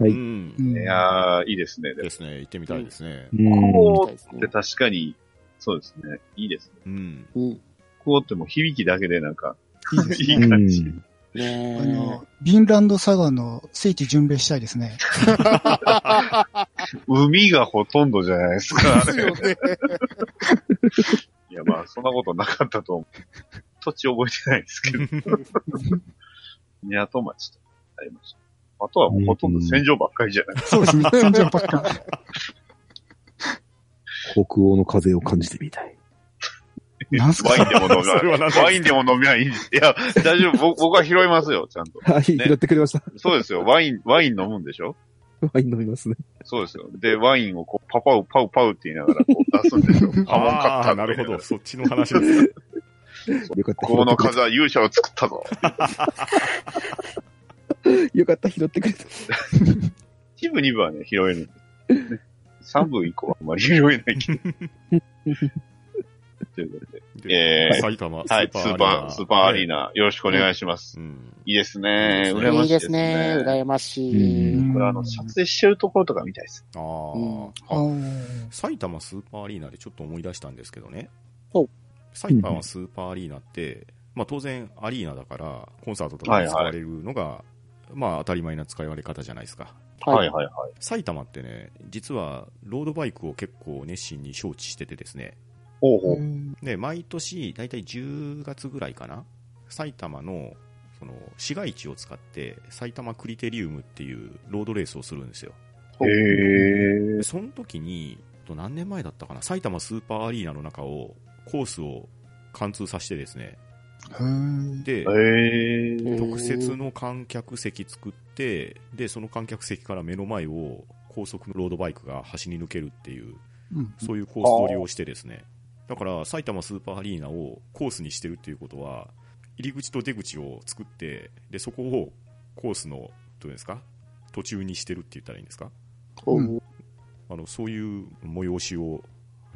[SPEAKER 5] はい
[SPEAKER 1] うん
[SPEAKER 4] う。ん
[SPEAKER 3] いやー、いいですね。でも
[SPEAKER 1] ですね。行ってみたいですね。
[SPEAKER 2] うん。
[SPEAKER 3] こうって確かに、そうですね。いいですね。
[SPEAKER 1] うん。
[SPEAKER 5] うん。
[SPEAKER 3] こうってもう響きだけでなんか、
[SPEAKER 4] いいです
[SPEAKER 3] い
[SPEAKER 4] ね。
[SPEAKER 3] い感じ。
[SPEAKER 5] ねえ。
[SPEAKER 4] あの、ビンランド佐賀の聖地巡礼したいですね。
[SPEAKER 3] 海がほとんどじゃないですか。
[SPEAKER 5] ですよね。
[SPEAKER 3] いや、まあ、そんなことなかったと思う。土地覚えてないですけど。港町とありました。あとはもうほとんど戦場ばっかりじゃない。
[SPEAKER 4] そうですね。戦場ばっか。
[SPEAKER 2] 北欧の風を感じてみたい。
[SPEAKER 4] なんすか
[SPEAKER 3] ワインでも飲み
[SPEAKER 1] それは何 です
[SPEAKER 3] ゃ、
[SPEAKER 1] か
[SPEAKER 3] ワインでも飲みゃいいんです。いや、大丈夫。僕 僕は拾いますよ、ちゃんと。
[SPEAKER 2] はい、拾ってくれました。
[SPEAKER 3] そうですよ。ワイン、ワイン飲むんでしょ
[SPEAKER 2] ワイン飲みますね。
[SPEAKER 3] そうですよ。で、ワインをこう、パパウ、パウパウって言いながらこう出すんでしょ。波紋買った
[SPEAKER 1] あー
[SPEAKER 3] って
[SPEAKER 1] なるほど。。そっちの話 ですか。
[SPEAKER 2] よかった。
[SPEAKER 3] この
[SPEAKER 2] 拾ってくれ
[SPEAKER 3] 風は勇者を作ったぞ。
[SPEAKER 2] たよかった、拾ってくれた。
[SPEAKER 3] 一部、二部はね、拾えるんですね。三部以降はあんまり拾えないけど。ということで。
[SPEAKER 1] で
[SPEAKER 3] えー
[SPEAKER 1] 埼玉ス
[SPEAKER 3] はい、
[SPEAKER 1] ー
[SPEAKER 3] ス
[SPEAKER 1] パー
[SPEAKER 3] ーパー、スーパーアリーナ、よろしくお願いします。
[SPEAKER 1] ナ。うん。
[SPEAKER 3] いいですね。
[SPEAKER 1] いいですね
[SPEAKER 3] 羨まし
[SPEAKER 5] い
[SPEAKER 3] い
[SPEAKER 5] い
[SPEAKER 3] で
[SPEAKER 5] ですす
[SPEAKER 3] ね
[SPEAKER 5] ね。。羨ましい。
[SPEAKER 2] うん
[SPEAKER 3] これあの、撮影してるところとか見たいです。
[SPEAKER 1] あ
[SPEAKER 5] うん
[SPEAKER 1] あ。
[SPEAKER 4] おー
[SPEAKER 1] 埼玉スーパーアリーナでちょっと思い出したんですけどね
[SPEAKER 5] お、
[SPEAKER 1] 埼玉スーパーアリーナって、まあ、当然、アリーナだから、コンサートとかで使われるのが、まあ、当たり前な使い割れ方じゃないですか。
[SPEAKER 3] はいはいはい。
[SPEAKER 1] 埼玉ってね、実はロードバイクを結構熱心に招致しててですね、
[SPEAKER 3] ほうほ
[SPEAKER 4] う
[SPEAKER 3] う。
[SPEAKER 4] ん
[SPEAKER 1] で毎年、大体10月ぐらいかな、埼玉のその市街地を使って、埼玉クリテリウムっていうロードレースをするんですよ。
[SPEAKER 3] へえ
[SPEAKER 1] で。その時に、と何年前だったかな、埼玉スーパーアリーナの中を、コースを貫通させてですね、
[SPEAKER 4] へ
[SPEAKER 1] で、
[SPEAKER 3] へえ。
[SPEAKER 1] 特設の観客席作って、で、その観客席から目の前を高速のロードバイクが走り抜けるっていう、
[SPEAKER 4] ー
[SPEAKER 1] そういうコース取りをしてですね、だから埼玉スーパーアリーナをコースにしてるっていうことは、入り口と出口を作って、で、そこをコースの、どうですか、途中にしてるって言ったらいいんですか
[SPEAKER 5] うん
[SPEAKER 1] あのそういう催しを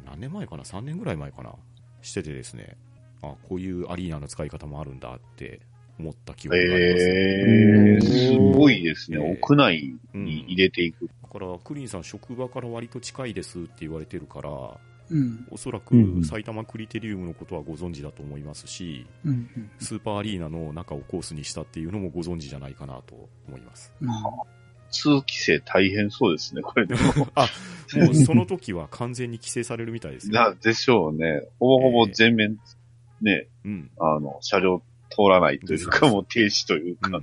[SPEAKER 1] 何年前かな3年ぐらい前かなしててですねあこういうアリーナの使い方もあるんだって思った記憶があります、
[SPEAKER 3] え
[SPEAKER 2] うん
[SPEAKER 3] ー、すごいですね。
[SPEAKER 1] うん
[SPEAKER 3] 屋内に入れていく。
[SPEAKER 1] だからクリーンさん職場から割と近いですって言われてるからお
[SPEAKER 4] うん。
[SPEAKER 1] そら
[SPEAKER 2] うんうん
[SPEAKER 1] く埼玉クリテリウムのことはご存知だと思いますし、
[SPEAKER 4] うん。
[SPEAKER 1] スーパーアリーナの中をコースにしたっていうのもご存知じゃないかなと思います
[SPEAKER 4] うん
[SPEAKER 3] 通気性大変そうですね、これでも。
[SPEAKER 1] あもうその時は完全に規制されるみたいです
[SPEAKER 3] な
[SPEAKER 1] よ、
[SPEAKER 3] でしょうね。ほぼほぼ全面、ね、
[SPEAKER 1] うん
[SPEAKER 3] あの、車両通らないという
[SPEAKER 1] です
[SPEAKER 3] か、
[SPEAKER 1] ね
[SPEAKER 3] もう停止という
[SPEAKER 1] うん
[SPEAKER 3] か、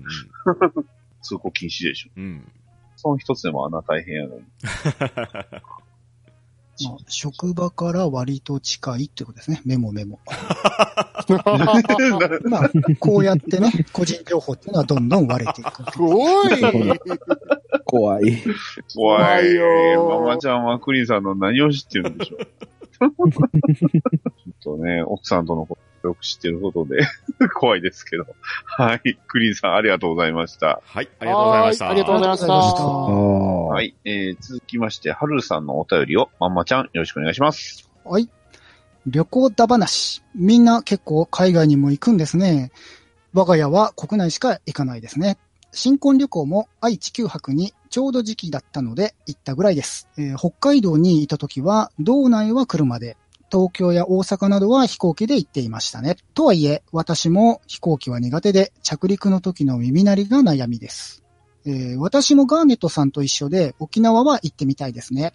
[SPEAKER 3] 通行禁止でしょ。
[SPEAKER 1] うんうん
[SPEAKER 3] その一つでも穴大変や のに。
[SPEAKER 4] まあ職場から割と近いってことですね。メモメモ。
[SPEAKER 3] な
[SPEAKER 4] まあ、こうやってね、個人情報っていうのはどんどん割れていく。
[SPEAKER 5] すごい
[SPEAKER 2] 怖い。
[SPEAKER 3] 怖
[SPEAKER 5] 怖
[SPEAKER 3] い
[SPEAKER 5] いよ
[SPEAKER 3] ママちゃんはクリンさんの何を知ってるんでしょう。 ちょっとね、奥さんとのことよく知ってることで、 怖いですけど。はい。クリンさん、ありがとうございました。
[SPEAKER 1] はいありがとうございました
[SPEAKER 5] はありがとうございまし
[SPEAKER 4] ありがとうございました
[SPEAKER 5] た
[SPEAKER 2] あ。あ。
[SPEAKER 3] はい。えー、続きまして、はるさんのお便りを、まんまちゃん、よろしくお願いします。
[SPEAKER 4] はい。旅行だ話。みんな結構海外にも行くんですね。我が家は国内しか行かないですね。新婚旅行も愛知9泊にちょうど時期だったので行ったぐらいです。えー北海道にいた時は道内は車で、東京や大阪などは飛行機で行っていましたね。とはいえ、私も飛行機は苦手で着陸の時の耳鳴りが悩みです。えー私もガーネットさんと一緒で沖縄は行ってみたいですね。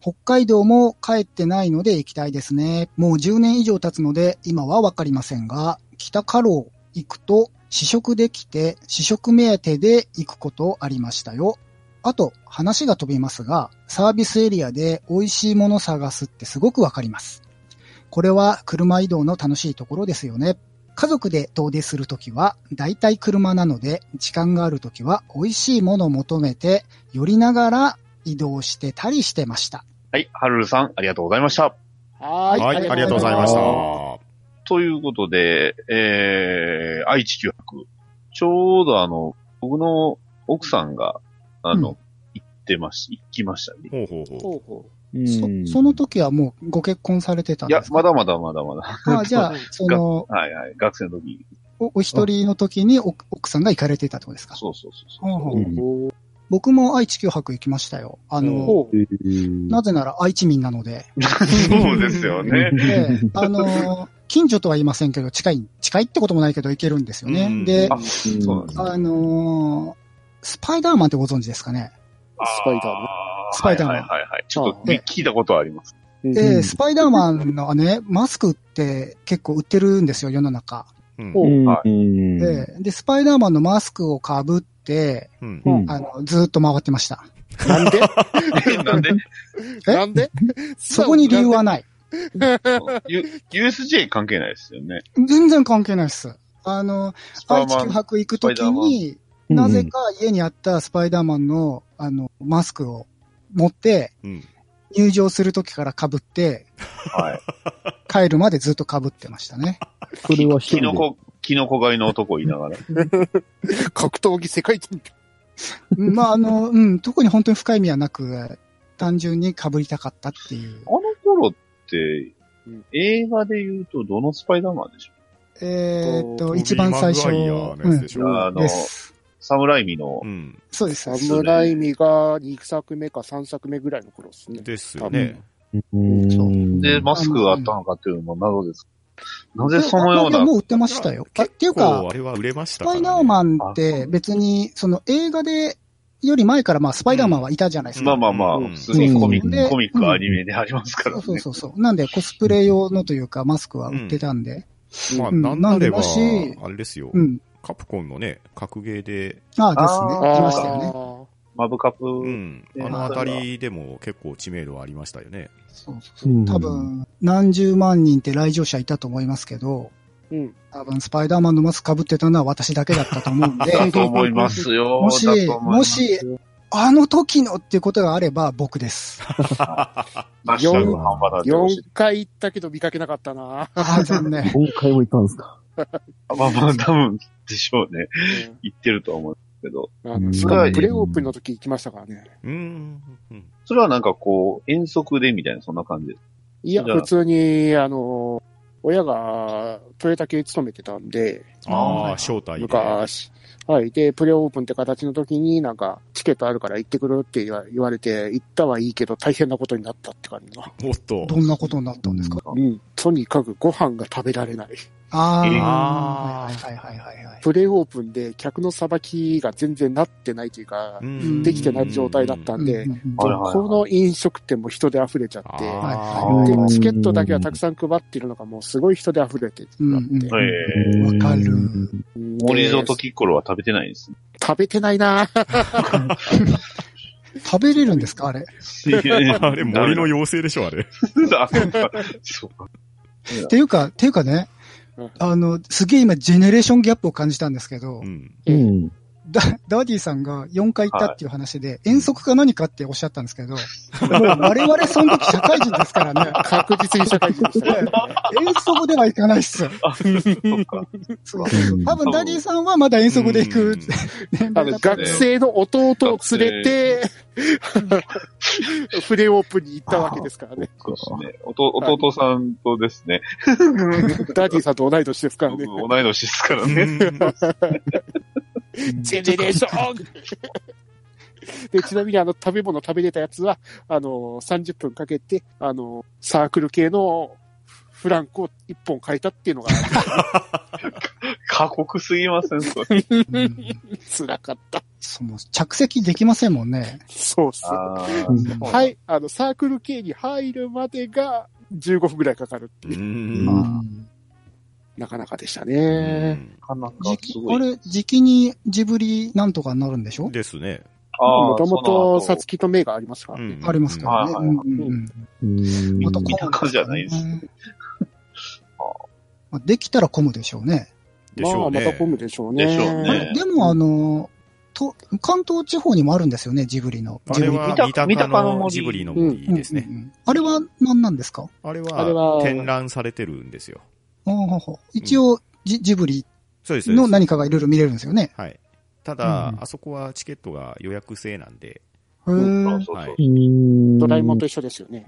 [SPEAKER 4] 北海道も帰ってないので行きたいですね。もう10年以上経つので今はわかりませんが、北カロー行くと試食できて試食目当てで行くことありましたよ。あと話が飛びますが、サービスエリアで美味しいもの探すってすごくわかります。これは車移動の楽しいところですよね。家族で遠出するときは、だいたい車なので、時間があるときは、美味しいものを求めて、寄りながら移動してたりしてました。
[SPEAKER 3] はい、はるるさん、ありがとうございました。
[SPEAKER 5] はーい。
[SPEAKER 1] はい、ありがとうございました。は
[SPEAKER 3] ということで、えー、愛知9泊。ちょうどあの、僕の奥さんが、あの、
[SPEAKER 4] う
[SPEAKER 3] 行ってまし、行きましたね。
[SPEAKER 1] ほうほうほう。
[SPEAKER 5] ほうほ
[SPEAKER 2] うん
[SPEAKER 4] そその時はもうご結婚されてたん
[SPEAKER 3] いや
[SPEAKER 4] で、すか
[SPEAKER 3] まだまだまだまだ。
[SPEAKER 4] あじゃあ、その、
[SPEAKER 3] はいはい。学生の時。
[SPEAKER 4] おお一人の時にお奥さんが行かれてたってことですか
[SPEAKER 3] そうそうそうそう。
[SPEAKER 4] ほうほう
[SPEAKER 2] うん
[SPEAKER 5] う。
[SPEAKER 4] 僕も愛知九博行きましたよ。あの、
[SPEAKER 5] ほう。
[SPEAKER 4] なぜなら愛知民なので。
[SPEAKER 3] そうですよね。
[SPEAKER 4] で、あの、近所とは言いませんけど、近い、近いってこともないけど行けるんですよ
[SPEAKER 1] うん
[SPEAKER 4] ね。で、
[SPEAKER 3] あ、そうなんですね
[SPEAKER 4] あのースパイダーマンってご存知ですかね。
[SPEAKER 5] スパイダーマン
[SPEAKER 3] あ
[SPEAKER 4] スパイダーマン
[SPEAKER 3] はいはいはいはい。ちょっと聞いたことはあります。
[SPEAKER 5] うん
[SPEAKER 4] で、スパイダーマンのね、マスクって結構売ってるんですよ、世の中。
[SPEAKER 1] うん
[SPEAKER 5] ほう
[SPEAKER 3] は
[SPEAKER 2] うん
[SPEAKER 4] で、で、スパイダーマンのマスクをかぶって、
[SPEAKER 1] うん
[SPEAKER 2] うん
[SPEAKER 4] あの、ずーっと回ってました。
[SPEAKER 5] なんで
[SPEAKER 3] なんで
[SPEAKER 4] え
[SPEAKER 5] なんで
[SPEAKER 4] そこに理由はない。
[SPEAKER 3] U- ?USJ 関係ないですよね。
[SPEAKER 4] 全然関係ないです。あの、
[SPEAKER 3] スパ
[SPEAKER 4] 愛
[SPEAKER 3] ー
[SPEAKER 4] 知
[SPEAKER 3] マ
[SPEAKER 4] 九
[SPEAKER 3] ン。
[SPEAKER 4] 博行くとき
[SPEAKER 2] ス
[SPEAKER 4] に、
[SPEAKER 2] パイダーマ
[SPEAKER 4] な
[SPEAKER 2] ン
[SPEAKER 4] ぜか家にあったスパイダーマンの、あの、マスクを持って、
[SPEAKER 1] うん。
[SPEAKER 4] 入場するときから被って、
[SPEAKER 3] はい。
[SPEAKER 4] 帰るまでずっと被ってましたね。
[SPEAKER 2] それは一
[SPEAKER 3] キノ
[SPEAKER 2] 人で。
[SPEAKER 3] コ、キノコ狩りの男言いながら。
[SPEAKER 5] 格闘技世界一。
[SPEAKER 4] うんまあ、あの、うん、特に本当に深い意味はなく、単純に被りたかったっていう。
[SPEAKER 3] あの頃って
[SPEAKER 5] うん、
[SPEAKER 3] 映画で言うとどのスパイダーマンでしょう
[SPEAKER 4] えーっ
[SPEAKER 5] ト
[SPEAKER 4] と、
[SPEAKER 5] ビー
[SPEAKER 4] 一番最初。
[SPEAKER 1] トビーマグワイアのやつでしょ
[SPEAKER 3] あ
[SPEAKER 4] うん、
[SPEAKER 3] の
[SPEAKER 4] です。
[SPEAKER 3] サムライミの
[SPEAKER 1] う、ん。
[SPEAKER 4] そうです
[SPEAKER 5] サ。ムライミが2作目か3作目ぐらいの頃ですね。
[SPEAKER 1] ですよね。
[SPEAKER 2] うん
[SPEAKER 5] そう
[SPEAKER 3] で、マスクがあったのかっていうのも謎です。なぜそのよう
[SPEAKER 4] いや
[SPEAKER 3] な
[SPEAKER 4] も、う売ってましたよ。あっていうか
[SPEAKER 1] こう、あれは売れまし
[SPEAKER 4] ス
[SPEAKER 1] たからね。
[SPEAKER 4] パイダーマンって別に、その映画で、より前からまあスパイダーマンはいたじゃないですか。
[SPEAKER 3] まあまあまあ、
[SPEAKER 1] うん
[SPEAKER 3] 普通にコミック、
[SPEAKER 4] うん
[SPEAKER 3] コミック、アニメでありますからね。
[SPEAKER 4] そうそうそうそう。なんでコスプレ用のというかマスクは売ってたんで。
[SPEAKER 1] まあ、
[SPEAKER 4] うん
[SPEAKER 1] なんなれば、
[SPEAKER 4] なんでだし
[SPEAKER 1] あれですよ
[SPEAKER 4] う。ん。
[SPEAKER 1] カプコンのね、格ゲーで、
[SPEAKER 4] ああ、ですね。
[SPEAKER 3] あー
[SPEAKER 4] 来ましたよね。
[SPEAKER 3] マブカップ、
[SPEAKER 1] うん。
[SPEAKER 3] で
[SPEAKER 1] あのあたりでも結構知名度はありましたよね。
[SPEAKER 4] そうそう
[SPEAKER 2] うん
[SPEAKER 4] 多分、何十万人って来場者いたと思いますけど、
[SPEAKER 5] うん。
[SPEAKER 4] 多分スパイダーマンのマスク被ってたのは私だけだったと思う んで、
[SPEAKER 3] だと思いますよ。
[SPEAKER 4] もし
[SPEAKER 3] だと、思い
[SPEAKER 4] も
[SPEAKER 3] ます、
[SPEAKER 4] し、あの時のっていうことがあれば僕です。
[SPEAKER 3] ハッシュタグ半端だってほしい
[SPEAKER 5] 4回行ったけど見かけなかったな。
[SPEAKER 4] ああ、残念。
[SPEAKER 2] 今回も行ったんですか。
[SPEAKER 3] まあまあ、多分、でしょうね。言ってるとは思うんですけど。
[SPEAKER 5] うんあの
[SPEAKER 2] うん
[SPEAKER 5] しかもプレオープンの時行きましたからね。
[SPEAKER 1] うん。うん
[SPEAKER 3] それはなんかこう、遠足でみたいな、そんな感じです。
[SPEAKER 5] いや、
[SPEAKER 3] じゃあ
[SPEAKER 5] 普通に、あの、親がトヨタ系勤めてたんで、
[SPEAKER 1] ああ、招待で。
[SPEAKER 5] 昔。はい。で、プレオープンって形の時になんか、チケットあるから行ってくるって言わ言われて、行ったはいいけど大変なことになったって感じの。
[SPEAKER 1] もっと。
[SPEAKER 4] どんなことになったんですか
[SPEAKER 5] うん。とにかくご飯が食べられない。
[SPEAKER 4] あ
[SPEAKER 3] えー
[SPEAKER 4] あ、はいはいはいはいはい。
[SPEAKER 5] プレオープンで客のさばきが全然なってないというか、
[SPEAKER 1] うん
[SPEAKER 5] できてない状態だったんで、
[SPEAKER 4] うんうんうん
[SPEAKER 3] はいはいはい
[SPEAKER 5] この飲食店も人で溢れちゃって、
[SPEAKER 1] あ
[SPEAKER 4] は
[SPEAKER 1] ー
[SPEAKER 5] で
[SPEAKER 2] い
[SPEAKER 5] チケットだけはたくさん配ってるのがもうすごい人で溢れてってなって、
[SPEAKER 4] うん
[SPEAKER 3] ええ
[SPEAKER 4] わかる。
[SPEAKER 5] うん
[SPEAKER 3] モリゾート
[SPEAKER 5] で
[SPEAKER 3] キッコロは食べてないですね。
[SPEAKER 5] 食べてないなぁ
[SPEAKER 4] 食べれるんですかあれ。
[SPEAKER 1] あれ、森の妖精でしょ、あれ。
[SPEAKER 3] あそうか そうか。
[SPEAKER 4] っていうか、っていうかね
[SPEAKER 5] うん、。
[SPEAKER 4] あの、すげえ今、ジェネレーションギャップを感じたんですけど
[SPEAKER 1] う、ん。
[SPEAKER 2] うん。
[SPEAKER 4] ダダーディさんが4回行ったっていう話で、遠足か何かっておっしゃったんですけど、もう我々その時社会人ですからね
[SPEAKER 5] 確実に社会人でしたね。
[SPEAKER 4] 遠足では行かないっすよ。
[SPEAKER 3] あ、そうか。
[SPEAKER 4] そうそうそう多分ダディさんはまだ遠足で行
[SPEAKER 1] う
[SPEAKER 4] く
[SPEAKER 1] ん
[SPEAKER 4] 年
[SPEAKER 5] あ
[SPEAKER 4] 代だ
[SPEAKER 5] の
[SPEAKER 4] ったん
[SPEAKER 5] 学
[SPEAKER 4] で。
[SPEAKER 5] 生の弟を連れて、プレオープンに行ったわけですからね。
[SPEAKER 3] そうですね。おと弟さんとですね、
[SPEAKER 5] ダディさんと同い年ですから
[SPEAKER 3] 僕
[SPEAKER 5] ね。
[SPEAKER 3] 同い年ですから
[SPEAKER 1] う
[SPEAKER 3] ね。
[SPEAKER 1] ん
[SPEAKER 5] ジェネレーション で、ちなみにあの食べ物食べれたやつは、あの、30分かけて、あの、サークル系のフランクを1本買えたっていうのが
[SPEAKER 3] 過酷すぎません、それ。
[SPEAKER 4] うん
[SPEAKER 5] 辛かった。
[SPEAKER 4] そうもう着席できませんもんね。。
[SPEAKER 5] そうっす。
[SPEAKER 3] あ
[SPEAKER 2] う
[SPEAKER 3] ー
[SPEAKER 2] ん
[SPEAKER 5] はいい、あの、サークル系に入るまでが15分ぐらいかかるっていうう、
[SPEAKER 1] ん
[SPEAKER 4] うん
[SPEAKER 5] なかなかでした
[SPEAKER 1] う
[SPEAKER 5] ね。
[SPEAKER 1] ん
[SPEAKER 3] なかなか
[SPEAKER 4] 時
[SPEAKER 3] す
[SPEAKER 4] 期
[SPEAKER 3] ご
[SPEAKER 4] あ
[SPEAKER 3] い。
[SPEAKER 4] れ、時期にジブリなんとかになるんでしょ、
[SPEAKER 1] ですね。
[SPEAKER 5] もともと、
[SPEAKER 3] さ
[SPEAKER 5] さつきとメイがありますからね。
[SPEAKER 1] うん
[SPEAKER 4] ありますからね。
[SPEAKER 3] はいはい
[SPEAKER 4] うん
[SPEAKER 3] は
[SPEAKER 4] うんうん
[SPEAKER 2] うん
[SPEAKER 4] あと
[SPEAKER 3] 田舎じゃないです
[SPEAKER 4] うんまあできたら混むでしょうね。
[SPEAKER 1] でし
[SPEAKER 5] ま
[SPEAKER 1] ょ
[SPEAKER 5] あ、
[SPEAKER 1] うね
[SPEAKER 5] また混むでしょうね。
[SPEAKER 3] でしょう
[SPEAKER 4] あ
[SPEAKER 3] ね
[SPEAKER 4] れでも、あの、と、関東地方にもあるんですよね、ジブリの。
[SPEAKER 1] あれ
[SPEAKER 3] 見
[SPEAKER 1] は
[SPEAKER 3] た
[SPEAKER 1] 三鷹のジブリの森
[SPEAKER 4] ジブリ
[SPEAKER 1] ですね
[SPEAKER 4] う。んうんうんあれは何なんですか
[SPEAKER 1] あれ
[SPEAKER 5] あれ
[SPEAKER 1] は
[SPEAKER 5] は
[SPEAKER 1] 展覧されてるんですよ。
[SPEAKER 4] ああ一応ジ、ジブリ
[SPEAKER 1] そうです。そ
[SPEAKER 4] の
[SPEAKER 1] うです
[SPEAKER 4] 何かがいろいろ見れるんですよね。
[SPEAKER 1] はい。ただ、
[SPEAKER 4] うん
[SPEAKER 1] あそこはチケットが予約制なんで、
[SPEAKER 4] へ
[SPEAKER 3] そう
[SPEAKER 4] え。
[SPEAKER 3] そう
[SPEAKER 1] は
[SPEAKER 3] そう
[SPEAKER 1] い。
[SPEAKER 2] ド
[SPEAKER 5] ドラえもんと一緒ですよね。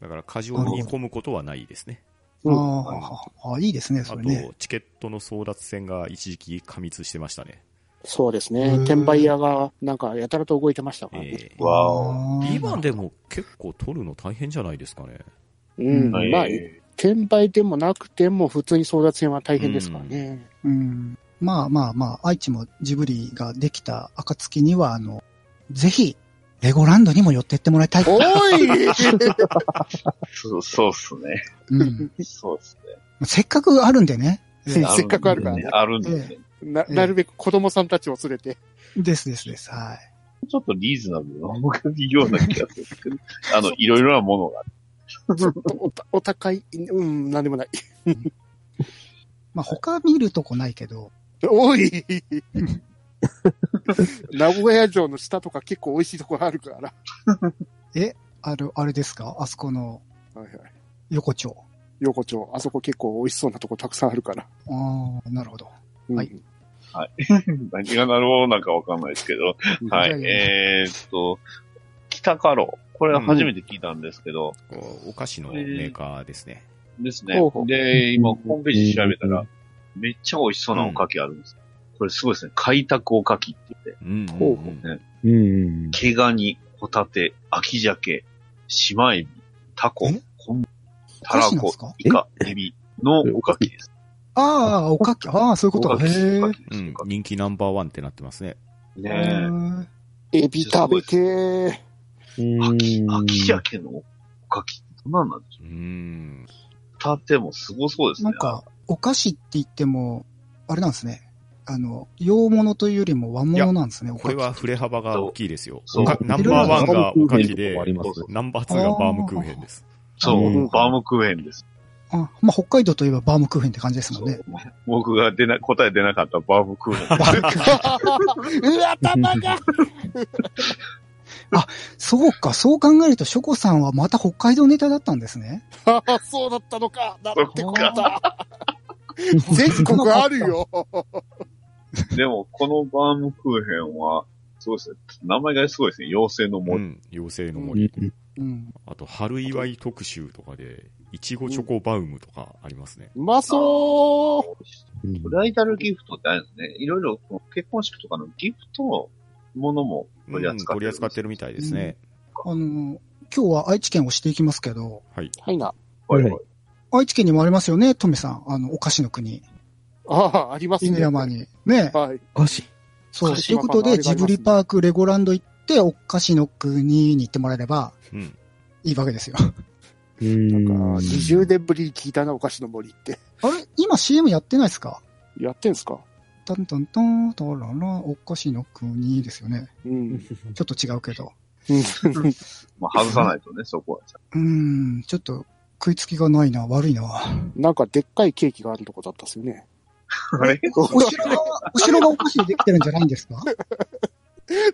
[SPEAKER 1] だから過剰に混むことはないですね。
[SPEAKER 4] あ
[SPEAKER 5] うん
[SPEAKER 4] ああ、いいですね、
[SPEAKER 1] あ
[SPEAKER 4] そ
[SPEAKER 1] と
[SPEAKER 4] れね。、
[SPEAKER 1] チケットの争奪戦が一時期過密してましたね。
[SPEAKER 5] そうです
[SPEAKER 4] へー
[SPEAKER 5] ね。転売屋がなんかやたらと動いてましたからね。
[SPEAKER 1] え
[SPEAKER 3] わ
[SPEAKER 4] あ
[SPEAKER 1] ー
[SPEAKER 4] ー
[SPEAKER 1] 今でも結構取るの大変じゃないですかね。
[SPEAKER 5] うん。
[SPEAKER 3] お。
[SPEAKER 5] まあ、
[SPEAKER 3] え
[SPEAKER 5] 転売でもなくても普通に争奪戦は大変ですからね。
[SPEAKER 4] うんまあまあまあ、愛知もジブリができた暁には、あの、ぜひ、レゴランドにも寄ってってもらいたい。
[SPEAKER 5] おい
[SPEAKER 3] ーそうそうっすね。
[SPEAKER 4] うん、
[SPEAKER 3] そうっす
[SPEAKER 4] せっかくあるんでね。
[SPEAKER 5] せ
[SPEAKER 3] ね。
[SPEAKER 5] っかくあるからね
[SPEAKER 3] あるんですね。
[SPEAKER 5] な
[SPEAKER 4] ええ
[SPEAKER 5] なるべく子供さんたちを連れて。
[SPEAKER 4] ですですです。はい。
[SPEAKER 3] ちょっとリーズナブルな方がいいような気がするんです けど、あの、いろいろなものが。
[SPEAKER 5] ちょっとおたお高い、うん、なんでもない。
[SPEAKER 4] まあ他見るとこないけど、
[SPEAKER 5] お い名古屋城の下とか結構美味しいところあるから。
[SPEAKER 4] ある、あれですかあそこの
[SPEAKER 5] はいはい。
[SPEAKER 4] 横丁。
[SPEAKER 5] 横丁、あそこ結構美味しそうなとこたくさんあるから。
[SPEAKER 4] ああ、なるほど。
[SPEAKER 5] うん
[SPEAKER 4] はい。
[SPEAKER 3] 何がなるほどなんかわかんないですけど。はい。えーっと、北カロ。これは初めて聞いたんですけど、
[SPEAKER 1] おお菓子のメーカーですね。
[SPEAKER 3] ですね
[SPEAKER 5] ほうほ。う
[SPEAKER 3] で、今、ホームページ調べたら、めっちゃ美味しそうなおかきあるんです。これすごいですね。開拓おかきって言って、
[SPEAKER 1] うんうんうん
[SPEAKER 5] ほうほ
[SPEAKER 2] うんうん。
[SPEAKER 3] 毛ガニ、ホタテ、秋鮭、シマエビ、タコ
[SPEAKER 4] え、
[SPEAKER 3] 昆布、
[SPEAKER 4] お
[SPEAKER 3] タ
[SPEAKER 4] 菓
[SPEAKER 3] ラ
[SPEAKER 4] 子なんで
[SPEAKER 3] コ
[SPEAKER 4] すか、
[SPEAKER 3] イカ、エビのおかきです。
[SPEAKER 4] ああ、おかき。ああ、そういう
[SPEAKER 3] お
[SPEAKER 4] こと
[SPEAKER 3] か
[SPEAKER 4] か。
[SPEAKER 3] き、
[SPEAKER 4] へえ。
[SPEAKER 3] おか
[SPEAKER 4] へ
[SPEAKER 3] きで
[SPEAKER 1] う
[SPEAKER 3] す。
[SPEAKER 1] ん
[SPEAKER 3] おか
[SPEAKER 1] 人気ナンバーワンってなってますね。
[SPEAKER 3] きね
[SPEAKER 5] エビ食べてー。
[SPEAKER 3] え。秋、秋
[SPEAKER 2] ゃ
[SPEAKER 3] 鮭のおかきってどんなんなんでしょ
[SPEAKER 1] うーん。
[SPEAKER 3] うホタテもすごそうです
[SPEAKER 4] な
[SPEAKER 3] ね
[SPEAKER 4] ん。か、お菓子って言っても、あれなんですね。あの、洋物というよりも和物なんですね、お
[SPEAKER 1] こ
[SPEAKER 4] か
[SPEAKER 1] れ
[SPEAKER 4] き。
[SPEAKER 1] は振れ幅が大きいですよ。
[SPEAKER 3] そう
[SPEAKER 1] おかナンバーワンがおかきで
[SPEAKER 2] あ、ります。
[SPEAKER 1] ナンバーツーがバームクーヘンです。
[SPEAKER 3] そうう、
[SPEAKER 2] ん
[SPEAKER 3] バームクーヘンです。
[SPEAKER 4] あまあ、北海道といえばバームクーヘンって感じですもんね。
[SPEAKER 3] そう僕が出な、答え出なかったバームクーヘン。
[SPEAKER 5] うわ、頭が
[SPEAKER 4] そうか、そう考えると、ショコさんはまた北海道ネタだったんですね。
[SPEAKER 5] そうだったのかなん
[SPEAKER 3] て
[SPEAKER 5] て
[SPEAKER 4] こ
[SPEAKER 5] こと
[SPEAKER 4] だ
[SPEAKER 5] だ全国ある よ
[SPEAKER 3] でも、このバームクーヘンは、そうですね。名前がすごいですね。妖精の
[SPEAKER 1] う
[SPEAKER 3] 森。
[SPEAKER 1] ん。妖精の
[SPEAKER 2] うん
[SPEAKER 1] 森。
[SPEAKER 2] うん
[SPEAKER 4] うん。
[SPEAKER 1] あと、春祝い特集とかで、いちごチョコバウムとかありますね。
[SPEAKER 5] うまそ
[SPEAKER 2] うん
[SPEAKER 3] ブライダルギフトってあるんですね。いろいろ、結婚式とかのギフトのものも
[SPEAKER 1] うん
[SPEAKER 3] 取り扱って
[SPEAKER 1] 取
[SPEAKER 3] る
[SPEAKER 1] り
[SPEAKER 3] んです
[SPEAKER 1] 扱ってるみたいですね。
[SPEAKER 4] あの、今日は愛知県をしていきますけど、
[SPEAKER 1] はい。
[SPEAKER 5] うはいな。
[SPEAKER 3] はいはい
[SPEAKER 2] は
[SPEAKER 4] 愛知県にもありますよね、トメさん。あの、お菓子の国。
[SPEAKER 5] ああ、あります
[SPEAKER 4] 犬
[SPEAKER 5] ね。
[SPEAKER 4] 山に。ね。
[SPEAKER 5] はい。
[SPEAKER 2] おかしい。
[SPEAKER 4] そう。
[SPEAKER 5] 鹿
[SPEAKER 4] という
[SPEAKER 5] 島
[SPEAKER 4] こ
[SPEAKER 5] か
[SPEAKER 4] と
[SPEAKER 5] なあれ
[SPEAKER 4] で、
[SPEAKER 5] が
[SPEAKER 4] ジブリパーク、レゴランド行って、お菓子の国に行ってもらえれば
[SPEAKER 1] うん。
[SPEAKER 4] いいわけですよ。
[SPEAKER 5] なんか、
[SPEAKER 2] なん
[SPEAKER 5] 20年ぶりに聞いたな、お菓子の森って。
[SPEAKER 4] あれ今 CM やってないですか
[SPEAKER 5] やってんすか
[SPEAKER 4] タンタンタン、タララ、お菓子の国ですよね。
[SPEAKER 5] うん。
[SPEAKER 4] ちょっと違うけど。
[SPEAKER 3] まあ、外さないとね、そこは。
[SPEAKER 4] うーん、ちょっと食いつきがないな、悪い な。
[SPEAKER 5] なんか、でっかいケーキがあるとこだったっすよね。
[SPEAKER 3] あれ
[SPEAKER 4] お城が、お城がお菓子でできてるんじゃないんですか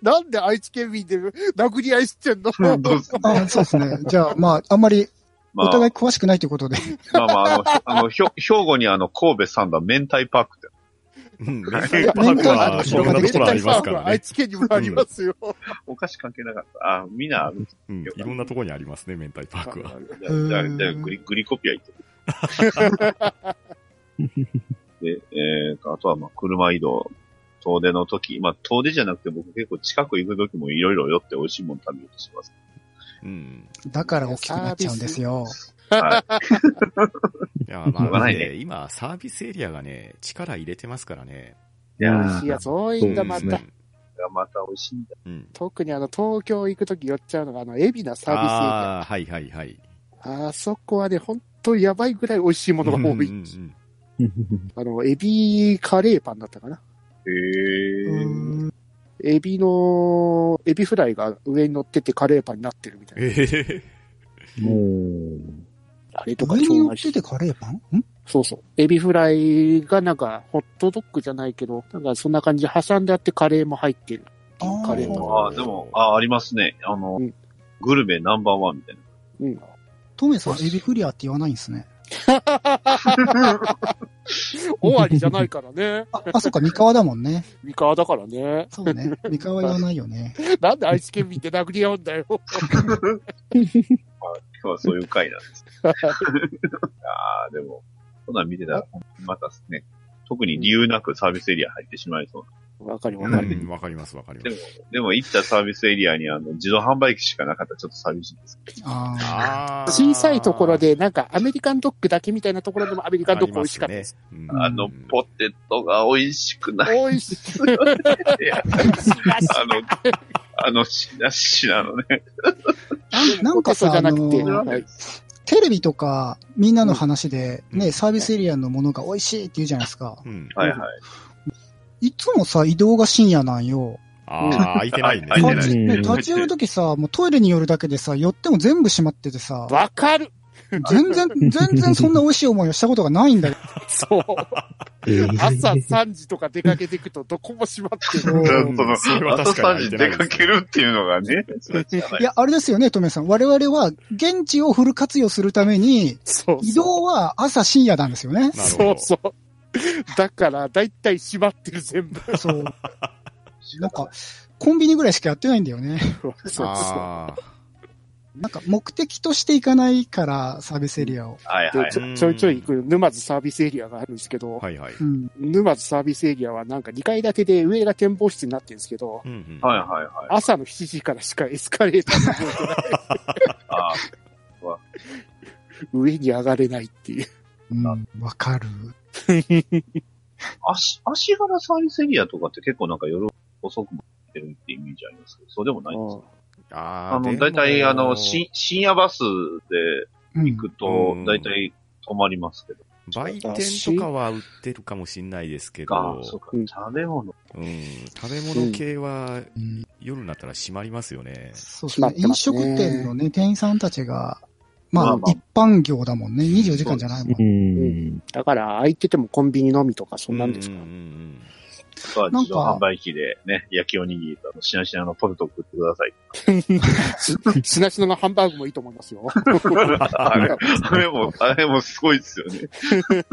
[SPEAKER 5] なんで愛知県民で殴り合いしてんの
[SPEAKER 3] どうす
[SPEAKER 4] あーそうですね。じゃあ、まあ、あんまり
[SPEAKER 3] ま
[SPEAKER 4] お
[SPEAKER 3] あ、
[SPEAKER 4] 互い詳しくないということで。
[SPEAKER 3] まあまあ、あのひょ、あの、ひょ兵庫にあの、神戸三田明太パークって、
[SPEAKER 1] うん。パークはいろんなところあります から
[SPEAKER 5] 愛
[SPEAKER 1] ね。
[SPEAKER 5] 知県にもありますよ。
[SPEAKER 3] お菓子関係なかった。あ、みんなある、
[SPEAKER 1] うん。いろんなところにありますね、明太パークは。
[SPEAKER 3] じゃあ、じゃあじゃあグリ、グリコピア行ってる。で、えーと、あとは、まあ、車移動、遠出の時、まあ、遠出じゃなくて僕結構近く行く時もいろいろ寄って美味しいもの食べようとします。
[SPEAKER 1] うん。
[SPEAKER 4] だから大きくなっちゃうんですよ。
[SPEAKER 3] はい。
[SPEAKER 1] いや、ま
[SPEAKER 3] しょうが
[SPEAKER 1] あ、
[SPEAKER 3] ない
[SPEAKER 1] ね、
[SPEAKER 3] ね
[SPEAKER 1] 今、サービスエリアがね、力入れてますからね。
[SPEAKER 3] いや
[SPEAKER 2] うん
[SPEAKER 3] ー、
[SPEAKER 5] いや、そういうんだ、ま
[SPEAKER 1] う
[SPEAKER 5] た。
[SPEAKER 1] ん
[SPEAKER 3] がまた美味しいんだ。
[SPEAKER 1] うん。
[SPEAKER 5] 特にあの、東京行くとき寄っちゃうのが、あの、海老名サービスエリア。
[SPEAKER 1] ああ、はいはいはい。
[SPEAKER 5] あそこはね、本当やばいぐらい美味しいものが多い。
[SPEAKER 1] うんうんうん
[SPEAKER 5] あの、エビカレーパンだったかな。
[SPEAKER 3] へ
[SPEAKER 4] う
[SPEAKER 3] ー。
[SPEAKER 4] ーん
[SPEAKER 5] エビの、エビフライが上に乗っててカレーパンになってるみたいな。
[SPEAKER 1] ええ
[SPEAKER 2] もう、
[SPEAKER 5] あれとか
[SPEAKER 4] 上に
[SPEAKER 5] 超
[SPEAKER 4] 乗
[SPEAKER 5] 美
[SPEAKER 4] っ
[SPEAKER 5] 味して
[SPEAKER 4] て
[SPEAKER 5] い。
[SPEAKER 4] カレーパンん
[SPEAKER 5] そうそう。エビフライがなんか、ホットドッグじゃないけど、なんかそんな感じで挟んであってカレーも入ってるっていうカレー
[SPEAKER 4] あー
[SPEAKER 5] も。
[SPEAKER 3] ああ、でも、ああ、ありますね。あの、
[SPEAKER 5] うん
[SPEAKER 3] グルメナンバーワンみたいな。
[SPEAKER 5] うん。
[SPEAKER 4] トメさん、エビフリアって言わないんですね。
[SPEAKER 5] 終わりじゃないからね。
[SPEAKER 4] あ、あ、そっか、三河だもんね。
[SPEAKER 5] 三河だからね。
[SPEAKER 4] そうね。三河言わないよね。
[SPEAKER 5] なんで愛知県民って殴り合うんだ よ。
[SPEAKER 3] 今日はそういう回なんです。ああ、でも、そんなん見てたら、またですね、特に理由なくサービスエリア入ってしまいそう。
[SPEAKER 5] わかるわ
[SPEAKER 1] う
[SPEAKER 5] かる。
[SPEAKER 1] ん、わかります、わかります。
[SPEAKER 3] でも、行ったサービスエリアに、あの、自動販売機しかなかったらちょっと寂しいです。
[SPEAKER 4] ああ。
[SPEAKER 1] あー
[SPEAKER 5] 小さいところ、で、なんかアメリカンドッグだけみたいなところでもアメリカンドッグ美味しかったです。
[SPEAKER 1] ありますよね。うん
[SPEAKER 3] あの、ポテトが美味しくない。
[SPEAKER 5] 美味しい。
[SPEAKER 3] いやあの、あの、しなしなのね。
[SPEAKER 4] なんなんかさ、
[SPEAKER 5] ポテトじゃ
[SPEAKER 4] あ
[SPEAKER 5] なくて、
[SPEAKER 4] の、
[SPEAKER 5] はい、
[SPEAKER 4] テレビとか、みんなの話で、
[SPEAKER 1] うん
[SPEAKER 4] ね、サービスエリアのものが美味しいって言うじゃないですか。
[SPEAKER 1] うん。
[SPEAKER 3] はいはい。
[SPEAKER 4] いつもさ、移動が深夜なんよ。
[SPEAKER 1] ああ、開いてないね。
[SPEAKER 3] 開いてない
[SPEAKER 4] ね、
[SPEAKER 2] うん
[SPEAKER 4] 立ち寄るときさ、もうトイレに寄るだけでさ、寄っても全部閉まっててさ、
[SPEAKER 5] わかる。
[SPEAKER 4] 全然、全然そんな美味しい思いをしたことがないんだけ
[SPEAKER 5] そう。朝
[SPEAKER 2] えー
[SPEAKER 5] 3時とか出かけていくとどこも閉まってる。
[SPEAKER 4] ど
[SPEAKER 3] そ
[SPEAKER 4] うん
[SPEAKER 3] の、
[SPEAKER 1] それは
[SPEAKER 3] 朝
[SPEAKER 1] 確か
[SPEAKER 3] 3
[SPEAKER 1] に
[SPEAKER 3] 時出かけるっていうのがね、そうじゃない
[SPEAKER 4] いや、あれですよね、トメさん。我々は、現地をフル活用するために、
[SPEAKER 5] そう。
[SPEAKER 4] 移動は朝深夜なんですよ
[SPEAKER 1] な
[SPEAKER 4] ね。
[SPEAKER 1] るほ
[SPEAKER 5] そう
[SPEAKER 1] ど。
[SPEAKER 5] そう。だから、だいたい閉まってる全部。
[SPEAKER 4] そう。なんか、コンビニぐらいしかやってないんだよね。
[SPEAKER 5] そうそうそう。
[SPEAKER 1] あー
[SPEAKER 4] なんか、目的として行かないから、サービスエリアを。
[SPEAKER 3] はいは
[SPEAKER 5] で
[SPEAKER 3] い。
[SPEAKER 5] ちょちょいちょい行く沼津サービスエリアがあるんですけど、
[SPEAKER 1] はいはい。
[SPEAKER 4] うん。
[SPEAKER 5] 沼津サービスエリアはなんか2階建てで上が展望室になってるんですけど、
[SPEAKER 1] うんうん
[SPEAKER 3] はいはいはい。
[SPEAKER 5] 朝の7時からしかエスカレーターが動いてない
[SPEAKER 3] あ
[SPEAKER 5] 上に上がれないっていう。
[SPEAKER 4] うん、わかる。
[SPEAKER 3] 足、足原サービスエリアとかって結構なんか夜遅くも行ってるってイメージありますけど、そうでもないんですか
[SPEAKER 1] あ
[SPEAKER 3] あ
[SPEAKER 1] ー
[SPEAKER 3] の、
[SPEAKER 1] でも
[SPEAKER 3] だいたいあの、し深夜バスで
[SPEAKER 4] うん
[SPEAKER 3] 行くと
[SPEAKER 1] う、ん
[SPEAKER 3] だいたい止まりますけど。
[SPEAKER 1] 売店とかは売ってるかもしんないですけ
[SPEAKER 3] あ
[SPEAKER 1] ど
[SPEAKER 3] あ、、そうか。
[SPEAKER 5] うん
[SPEAKER 3] 食べ物。
[SPEAKER 1] うん、食べ物系は
[SPEAKER 4] うん
[SPEAKER 1] 夜になったら閉まりますよね。
[SPEAKER 4] そうですね
[SPEAKER 5] 決ま
[SPEAKER 4] 飲
[SPEAKER 5] って
[SPEAKER 4] 食
[SPEAKER 5] ますね
[SPEAKER 4] 店のね、店員さんたちが、まあ、
[SPEAKER 3] まあまあ
[SPEAKER 4] 一般業だもんね。24時間じゃないもん。
[SPEAKER 2] うん。
[SPEAKER 5] だから空いててもコンビニのみとかそんなんです
[SPEAKER 1] う
[SPEAKER 5] か
[SPEAKER 1] んう
[SPEAKER 5] ら
[SPEAKER 1] ん。うん
[SPEAKER 3] あとは自動販売機でね、焼きおにぎりとあのしなしなのポテト食ってくださ い。
[SPEAKER 5] すしなしなのハンバーグもいいと思いま すよ。
[SPEAKER 3] あれ、あれも、あれもすごいですよね。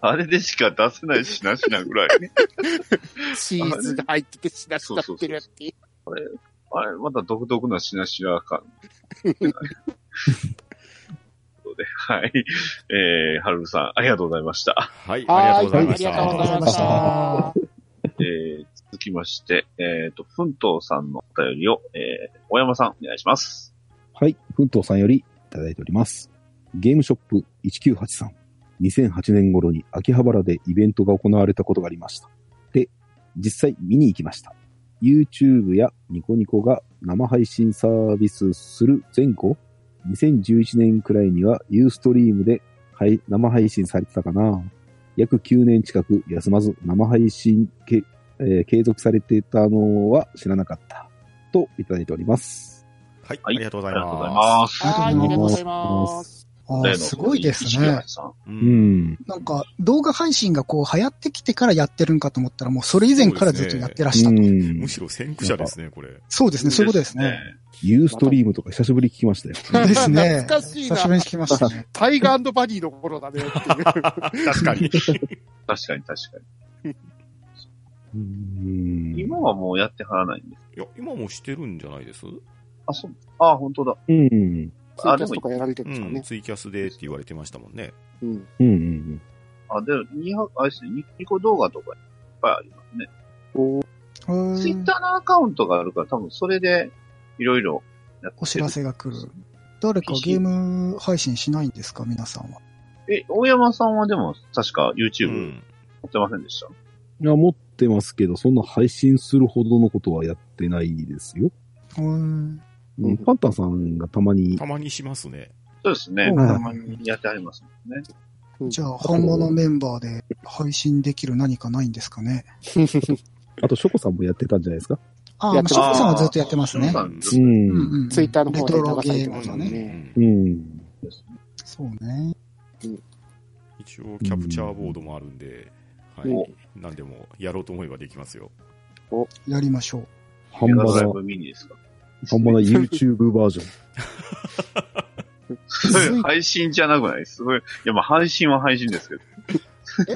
[SPEAKER 3] あれでしか出せないしなしなぐらい。
[SPEAKER 5] チーズが入っててしなしなってるやつ。
[SPEAKER 3] あれ、また独特なしなしな感。ということではい。えー、はるるさん、ありがとうございました。
[SPEAKER 1] はい、
[SPEAKER 5] は
[SPEAKER 1] あ
[SPEAKER 5] い
[SPEAKER 1] りがとうございまし
[SPEAKER 4] ありがとうござい
[SPEAKER 1] た。
[SPEAKER 4] ました。
[SPEAKER 3] えー、続きまして、えーと、ふんとうさんのお便りを、えー、大山さん、お願いします。
[SPEAKER 2] はい。奮闘さんよりいただいております。ゲームショップ1983。2008年頃に秋葉原でイベントが行われたことがありました。で、実際見に行きました。YouTube やニコニコが生配信サービスする前後、2011年くらいには Ustream ではい生配信されてたかな。約9年近く休まず生配信け、えー継続されてたのは知らなかった。といただいております。
[SPEAKER 1] はい、ありがとうご
[SPEAKER 3] あ
[SPEAKER 1] ざ
[SPEAKER 3] り
[SPEAKER 1] い
[SPEAKER 3] がとうござい
[SPEAKER 1] ま
[SPEAKER 3] ます。
[SPEAKER 5] はい、ありがとうございます。
[SPEAKER 4] あーすごいですね。
[SPEAKER 3] さん
[SPEAKER 1] す。う
[SPEAKER 2] うんん。
[SPEAKER 4] なんか、動画配信がこう流行ってきてからやってるんかと思ったら、もうそれ以前からずっとやってらした
[SPEAKER 2] う
[SPEAKER 4] と。
[SPEAKER 2] ん
[SPEAKER 1] むしろ先駆者ですね、これ。
[SPEAKER 4] そうですね、そういうことですね。。
[SPEAKER 2] ユーストリームとか久しぶりに聞きましたよ。
[SPEAKER 4] ですね。
[SPEAKER 5] 懐かしいな
[SPEAKER 4] 久しぶりに聞きましたね。
[SPEAKER 5] タイガーバディの頃だねっていう。
[SPEAKER 1] 確かに。
[SPEAKER 3] 確かに確か
[SPEAKER 2] うん
[SPEAKER 3] に。今はもうやってはらないんです。
[SPEAKER 1] いや、今もしてるんじゃないですう
[SPEAKER 3] あ、そう。あ、本当だ。
[SPEAKER 2] うん。
[SPEAKER 5] ツイキャスとかやられてるんですか
[SPEAKER 1] ん、
[SPEAKER 5] ね。
[SPEAKER 1] ツイキャスでって言われてましたもんね。
[SPEAKER 5] うん。
[SPEAKER 2] うんうん
[SPEAKER 3] あ、で、200、あれですね、ニニコ動画とかいっぱいありますね。
[SPEAKER 4] う
[SPEAKER 3] ツイッ
[SPEAKER 4] ん
[SPEAKER 3] ターのアカウントがあるから、多分それで、いろいろやってる
[SPEAKER 4] お知らせが来る。誰かゲーム配信しないんですか、皆さんは。
[SPEAKER 3] え、大山さんはでも、確か
[SPEAKER 1] う
[SPEAKER 3] YouTube や
[SPEAKER 1] ん。
[SPEAKER 3] ってませんでした、
[SPEAKER 2] いや、持ってますけど、そんな配信するほどのことはやってないですよ。
[SPEAKER 4] うん
[SPEAKER 2] う
[SPEAKER 5] うん
[SPEAKER 2] ん、パンタンさんがたまに
[SPEAKER 1] た、まにしますね。
[SPEAKER 3] そうですね。
[SPEAKER 4] うん
[SPEAKER 3] たまにやってありますもんね。
[SPEAKER 4] じゃあ、本物メンバーで配信できる何かないんですかね。
[SPEAKER 2] あとショコさんもやってたんじゃないですか
[SPEAKER 4] ああ、
[SPEAKER 5] や
[SPEAKER 4] まあ、
[SPEAKER 5] って
[SPEAKER 4] シ
[SPEAKER 5] ます
[SPEAKER 4] ョコさんはずっとやってます
[SPEAKER 3] ショ
[SPEAKER 4] ね
[SPEAKER 3] コ。さんずっ
[SPEAKER 2] う
[SPEAKER 3] と
[SPEAKER 2] ん。
[SPEAKER 4] うんうん
[SPEAKER 5] ツイッターの
[SPEAKER 4] レ
[SPEAKER 5] 方
[SPEAKER 4] ト
[SPEAKER 5] で
[SPEAKER 4] ロ
[SPEAKER 5] 流
[SPEAKER 4] ゲ
[SPEAKER 5] されて
[SPEAKER 4] ー
[SPEAKER 5] ま
[SPEAKER 4] ム
[SPEAKER 5] した
[SPEAKER 4] の
[SPEAKER 1] うん
[SPEAKER 4] ね。
[SPEAKER 2] うん。
[SPEAKER 4] そうね。
[SPEAKER 1] 一応キャプチャーボードもあるんで、は
[SPEAKER 5] うん
[SPEAKER 1] い、何でもやろうと思えばできますよ。
[SPEAKER 4] やりましょう。
[SPEAKER 2] 半
[SPEAKER 3] メガ
[SPEAKER 2] 端
[SPEAKER 3] ドライ
[SPEAKER 2] な、
[SPEAKER 3] ブミニですか
[SPEAKER 2] 半端な YouTube バージョン。
[SPEAKER 3] それ配信じゃなくないすごい。いや、まあ配信は配信ですけど。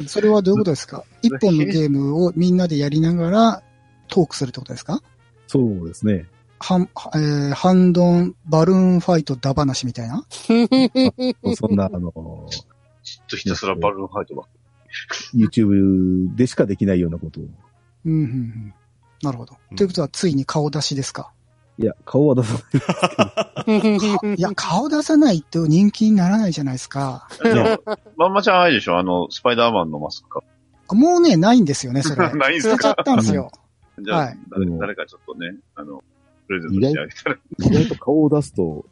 [SPEAKER 4] えそれはどういうことですか一本のゲームをみんなでやりながらトークするってことですか
[SPEAKER 2] そうですね。
[SPEAKER 4] ハン、えーハンドン、バルーンファイト、ダバナシみたいな
[SPEAKER 2] そんな、あの、
[SPEAKER 3] ちょっとひたすらバルーンファイトばっか
[SPEAKER 2] YouTube でしかできないようなことを。
[SPEAKER 4] うん、うん、うん。なるほど。
[SPEAKER 1] うん
[SPEAKER 4] ということは、ついに顔出しですか、
[SPEAKER 2] いや、顔は出さない。
[SPEAKER 4] いや、顔出さないと人気にならないじゃないですか。
[SPEAKER 3] り。でもまんまちゃんあれでしょあの、スパイダーマンのマスクか。
[SPEAKER 4] もうね、ないんですよね、それ。
[SPEAKER 3] ないん
[SPEAKER 4] 使
[SPEAKER 3] す
[SPEAKER 4] っちゃ
[SPEAKER 3] か
[SPEAKER 4] ったんですよ。
[SPEAKER 3] じゃあ、
[SPEAKER 4] はい
[SPEAKER 3] 誰
[SPEAKER 2] うん
[SPEAKER 3] 誰かちょっとね、あの、プレゼントしてあげたら。
[SPEAKER 2] 意外と顔を出すと、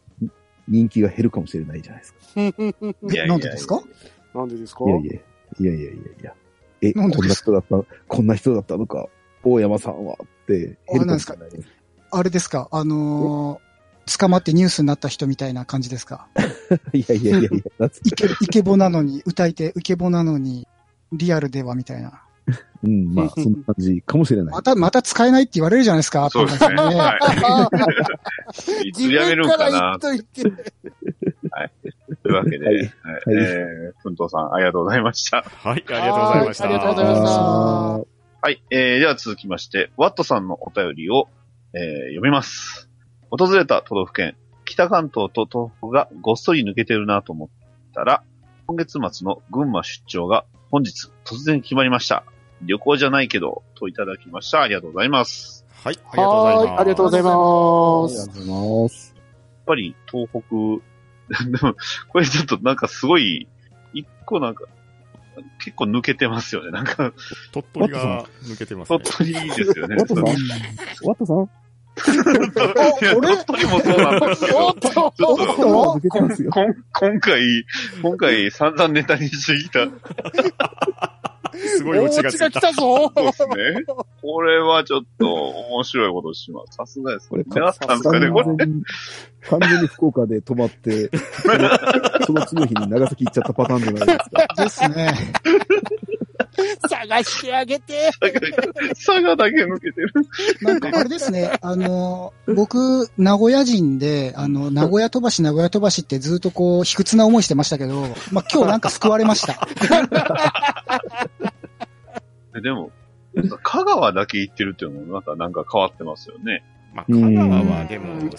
[SPEAKER 2] 人気が減るかもしれないじゃないですか。
[SPEAKER 3] いやいやいや
[SPEAKER 4] なんでですか
[SPEAKER 5] なんでですか
[SPEAKER 2] いやいや、いやいやいやいや。え、こ
[SPEAKER 4] なん
[SPEAKER 2] ん
[SPEAKER 4] でで
[SPEAKER 2] な
[SPEAKER 4] す
[SPEAKER 2] 人だった、こんな人だったのか、大山さんはって減るかもしれない。
[SPEAKER 4] あれですかあのー捕まってニュースになった人みたいな感じですか
[SPEAKER 2] いやいやいやいや、夏
[SPEAKER 4] イケ、イケボなのに、歌い手、イケボなのに、リアルではみたいな。
[SPEAKER 2] うん、まあ、そんな感じかもしれない
[SPEAKER 4] ま。た、また使えないって言われるじゃないですか、
[SPEAKER 3] そうです
[SPEAKER 4] パ
[SPEAKER 3] ね。
[SPEAKER 4] ンダさん
[SPEAKER 3] はい。いつやめるんかな
[SPEAKER 5] 自分から言っといて。
[SPEAKER 3] というわけで、は
[SPEAKER 2] はいい
[SPEAKER 3] えー、ふんとうさん、ありがとうございました。
[SPEAKER 1] はい、ありがとうございました。
[SPEAKER 5] はいありがとうございました
[SPEAKER 2] あー
[SPEAKER 3] はい、えー、では続きまして、ワットさんのお便りを、えー読みます。訪れた都道府県、北関東と東北がごっそり抜けてるなと思ったら、今月末の群馬出張が本日突然決まりました。旅行じゃないけど、といただきました。ありがとうございます。
[SPEAKER 1] はい、ありがとうございます
[SPEAKER 5] は。い、ありがとうござい
[SPEAKER 2] ありが
[SPEAKER 5] ます。
[SPEAKER 2] とうございます。
[SPEAKER 3] やっぱり東北、 でも、これちょっとなんかすごい、一個なんか、結構抜けてますよね。なんか、
[SPEAKER 1] 鳥取が抜けてますね
[SPEAKER 3] 鳥。取です よね。
[SPEAKER 2] ワットさんワットさん
[SPEAKER 3] いや鳥取もそうなんですけど。
[SPEAKER 5] おっと
[SPEAKER 3] ちょっ
[SPEAKER 5] おっ
[SPEAKER 3] と
[SPEAKER 5] と
[SPEAKER 2] 抜けてますよ。
[SPEAKER 3] こん今回、今回散々ネタにしてきたん
[SPEAKER 1] すごいオチがつい
[SPEAKER 5] が
[SPEAKER 1] た
[SPEAKER 5] 来。たぞ
[SPEAKER 3] ですね。これはちょっと面白いことします。さすがです
[SPEAKER 2] こ
[SPEAKER 3] ね
[SPEAKER 2] れ。
[SPEAKER 3] 狙ったんですかね、これ。
[SPEAKER 2] 完全に、完全に福岡で泊ま って、その次の日に長崎行っちゃったパターンじゃないですか。
[SPEAKER 4] ですね。
[SPEAKER 5] 探してあげて
[SPEAKER 3] 佐賀だけ抜けてる。
[SPEAKER 4] なんかあれですね、あの、僕、名古屋人で、あの、名古屋飛ばし、名古屋飛ばしってずっとこう、卑屈な思いしてましたけど、まあ、今日なんか救われました。
[SPEAKER 3] でも、香川だけ行ってるっていうのもなんか、なんか変わってますよね。
[SPEAKER 1] まあ、香川は
[SPEAKER 5] うん
[SPEAKER 1] でも、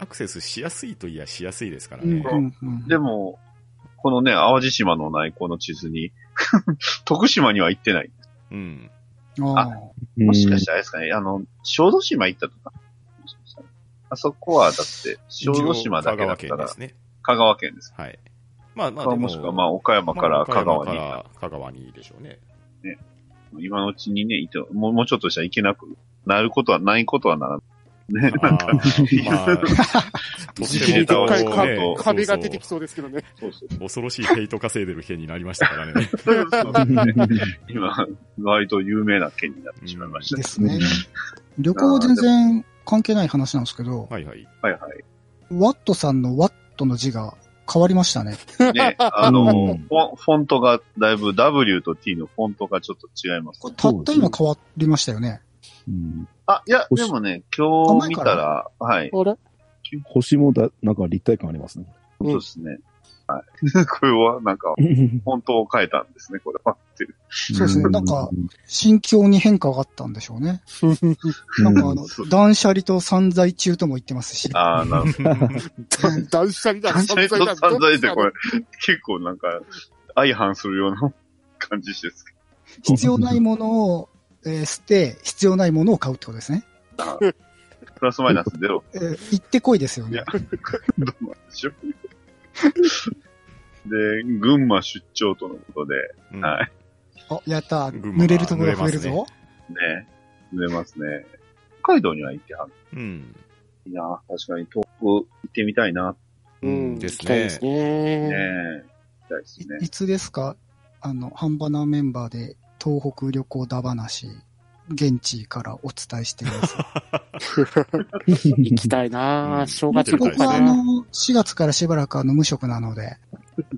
[SPEAKER 1] アクセスしやすいといやしやすいですから
[SPEAKER 4] うん
[SPEAKER 1] ね。
[SPEAKER 4] うんうん
[SPEAKER 3] でも、このね、淡路島のないこの地図に、 徳島には行ってない。
[SPEAKER 1] うん。
[SPEAKER 4] あー
[SPEAKER 3] もしかしてあれですかね、あの、小豆島行ったとか。あそこは、だって、小豆島だけだっ
[SPEAKER 1] 一
[SPEAKER 3] た
[SPEAKER 1] 応香川県で
[SPEAKER 3] ら
[SPEAKER 1] す、ね。
[SPEAKER 3] 香川県です。
[SPEAKER 1] はい。まあまあ、
[SPEAKER 3] まあ、
[SPEAKER 1] で
[SPEAKER 3] もしくは、まあ、岡山から香川に、
[SPEAKER 1] まあ岡山から香川にでしょうね。
[SPEAKER 3] 今のうちにね、いてもうもうちょっとしたらいけなくなることは、ないことはならない。ね、
[SPEAKER 1] あ
[SPEAKER 3] なん
[SPEAKER 1] あ
[SPEAKER 3] か、
[SPEAKER 1] ー、まあ、と
[SPEAKER 3] 一
[SPEAKER 1] って
[SPEAKER 3] 時
[SPEAKER 1] も
[SPEAKER 3] で
[SPEAKER 1] こ
[SPEAKER 3] か
[SPEAKER 1] う
[SPEAKER 3] いか
[SPEAKER 1] ね
[SPEAKER 3] そう
[SPEAKER 5] 壁が出てき
[SPEAKER 1] そう
[SPEAKER 5] そうですけどね。
[SPEAKER 3] そうそう。
[SPEAKER 1] そう恐ろしいヘイト稼いでる県になりましたからね。
[SPEAKER 3] 今、割と有名な県になってしまいました
[SPEAKER 4] で
[SPEAKER 3] ね。
[SPEAKER 4] すね。旅行全然関係ない話なんですけど、
[SPEAKER 1] はいはい。
[SPEAKER 3] はいはい。
[SPEAKER 4] ワットさんのワットの字が変わりましたね。
[SPEAKER 3] ね、あの、
[SPEAKER 2] うん
[SPEAKER 3] フォンフォントが、だいぶ W と T のフォントがちょっと違います、ね。
[SPEAKER 4] たった今変わりましたよね。
[SPEAKER 2] うん
[SPEAKER 3] あ、いや、
[SPEAKER 2] おし
[SPEAKER 3] でもね、今日見た
[SPEAKER 4] あ前
[SPEAKER 3] ら、はい、
[SPEAKER 5] あれ
[SPEAKER 2] 星もだ、なんか立体感ありますね。
[SPEAKER 3] そうですね。はい。 これは、なんか、フォントを変えたんですね、これは。っていう。
[SPEAKER 4] そうですねなんか心境に変化があったんでしょうね。
[SPEAKER 2] うん、
[SPEAKER 4] なんかあの
[SPEAKER 3] そう、
[SPEAKER 4] 断捨離と散財中とも言ってますし。
[SPEAKER 3] ああ、なるほど。
[SPEAKER 5] 断捨離だ、
[SPEAKER 3] 断捨離と散
[SPEAKER 5] ど
[SPEAKER 3] 々
[SPEAKER 5] っ
[SPEAKER 3] っ
[SPEAKER 5] ち
[SPEAKER 3] て、
[SPEAKER 5] だ
[SPEAKER 3] これ、結構なんか、相反するような感じですけ
[SPEAKER 4] 必要ないものを、えー捨て、必要ないものを買うってことですね。
[SPEAKER 3] ど。プラスマイナスゼロ
[SPEAKER 4] えー行ってこいですよ
[SPEAKER 3] い
[SPEAKER 4] ね
[SPEAKER 3] や。どうなんでしょう。 で、群馬出張とのことで、
[SPEAKER 1] うん
[SPEAKER 3] はい。
[SPEAKER 4] あ、やった。
[SPEAKER 1] 群馬
[SPEAKER 4] 濡れるところが増える
[SPEAKER 1] 濡れま
[SPEAKER 4] ぞ。
[SPEAKER 3] ね、出ますね。北海道には行ってはる。
[SPEAKER 1] うん。
[SPEAKER 3] いいな、確かに遠く行ってみたいな、
[SPEAKER 1] う
[SPEAKER 5] うん、
[SPEAKER 1] ん。で
[SPEAKER 5] 行き
[SPEAKER 1] す
[SPEAKER 5] たいで
[SPEAKER 1] ね
[SPEAKER 5] す。
[SPEAKER 3] ね行き
[SPEAKER 5] ね。
[SPEAKER 3] たいですね
[SPEAKER 4] い。いつですかあの、半端なメンバーで東北旅行だ話、現地からお伝えしています。
[SPEAKER 5] 行きたいな
[SPEAKER 1] う
[SPEAKER 5] ぁ
[SPEAKER 1] ん
[SPEAKER 5] 正月
[SPEAKER 1] 行きたい
[SPEAKER 5] と
[SPEAKER 1] です
[SPEAKER 5] か
[SPEAKER 4] 僕はあ
[SPEAKER 5] な
[SPEAKER 4] の、4月からしばらくあの無職なので、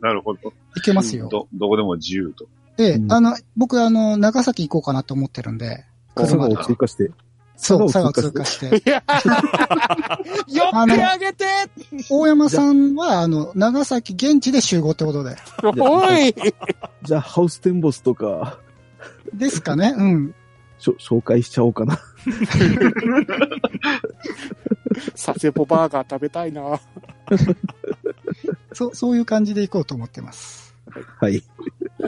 [SPEAKER 3] なるほど。
[SPEAKER 4] いけますよ。
[SPEAKER 3] ど、どこでも自由と。
[SPEAKER 4] で、
[SPEAKER 2] うん
[SPEAKER 4] あの、僕、あの、長崎行こうかなと思ってるんで、
[SPEAKER 2] 佐
[SPEAKER 4] 車
[SPEAKER 2] 賀
[SPEAKER 4] で
[SPEAKER 2] を。追加して、
[SPEAKER 4] そう、
[SPEAKER 2] 佐賀
[SPEAKER 4] 佐
[SPEAKER 2] を
[SPEAKER 4] 賀を
[SPEAKER 2] 通
[SPEAKER 4] 通
[SPEAKER 2] 過
[SPEAKER 4] 過して。
[SPEAKER 5] いやよ
[SPEAKER 4] あ の
[SPEAKER 5] ってあげて
[SPEAKER 4] 大山さんは、あの、長崎現地で集合ってことで。
[SPEAKER 5] おい
[SPEAKER 2] じゃあハウステンボスとか、
[SPEAKER 4] ですかねうん。
[SPEAKER 2] しょ紹介しちゃおうかな。
[SPEAKER 5] 佐世保バーガー食べたいな。
[SPEAKER 4] そう、そういう感じで行こうと思ってます。
[SPEAKER 2] はい。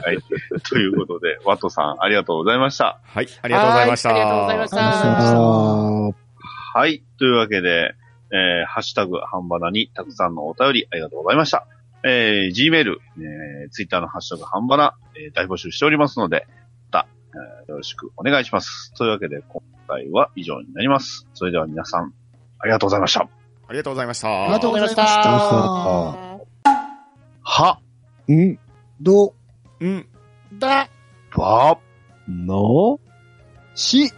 [SPEAKER 3] はい。 ということで、ワトさん、ありがとうございました。
[SPEAKER 1] はい、ありがとうございました。
[SPEAKER 6] はいありがとうございました
[SPEAKER 2] あ
[SPEAKER 3] はい。というわけで、えーハッシュタグ、半ばなに、たくさんのお便りありがとうございました。えー Gmail、えー Twitter のハッシュタグ、半ばな、えー大募集しておりますので、また、えーよろしくお願いします。というわけで、今回は以上になります。それでは皆さん、ありがとうございました。
[SPEAKER 1] ありがとうございました。
[SPEAKER 4] ありがとうございまし
[SPEAKER 6] ありがとうござい
[SPEAKER 2] まし。
[SPEAKER 4] た
[SPEAKER 3] は、
[SPEAKER 2] ん
[SPEAKER 4] ど、
[SPEAKER 1] うん。
[SPEAKER 5] だ
[SPEAKER 3] ば、
[SPEAKER 2] の
[SPEAKER 4] し、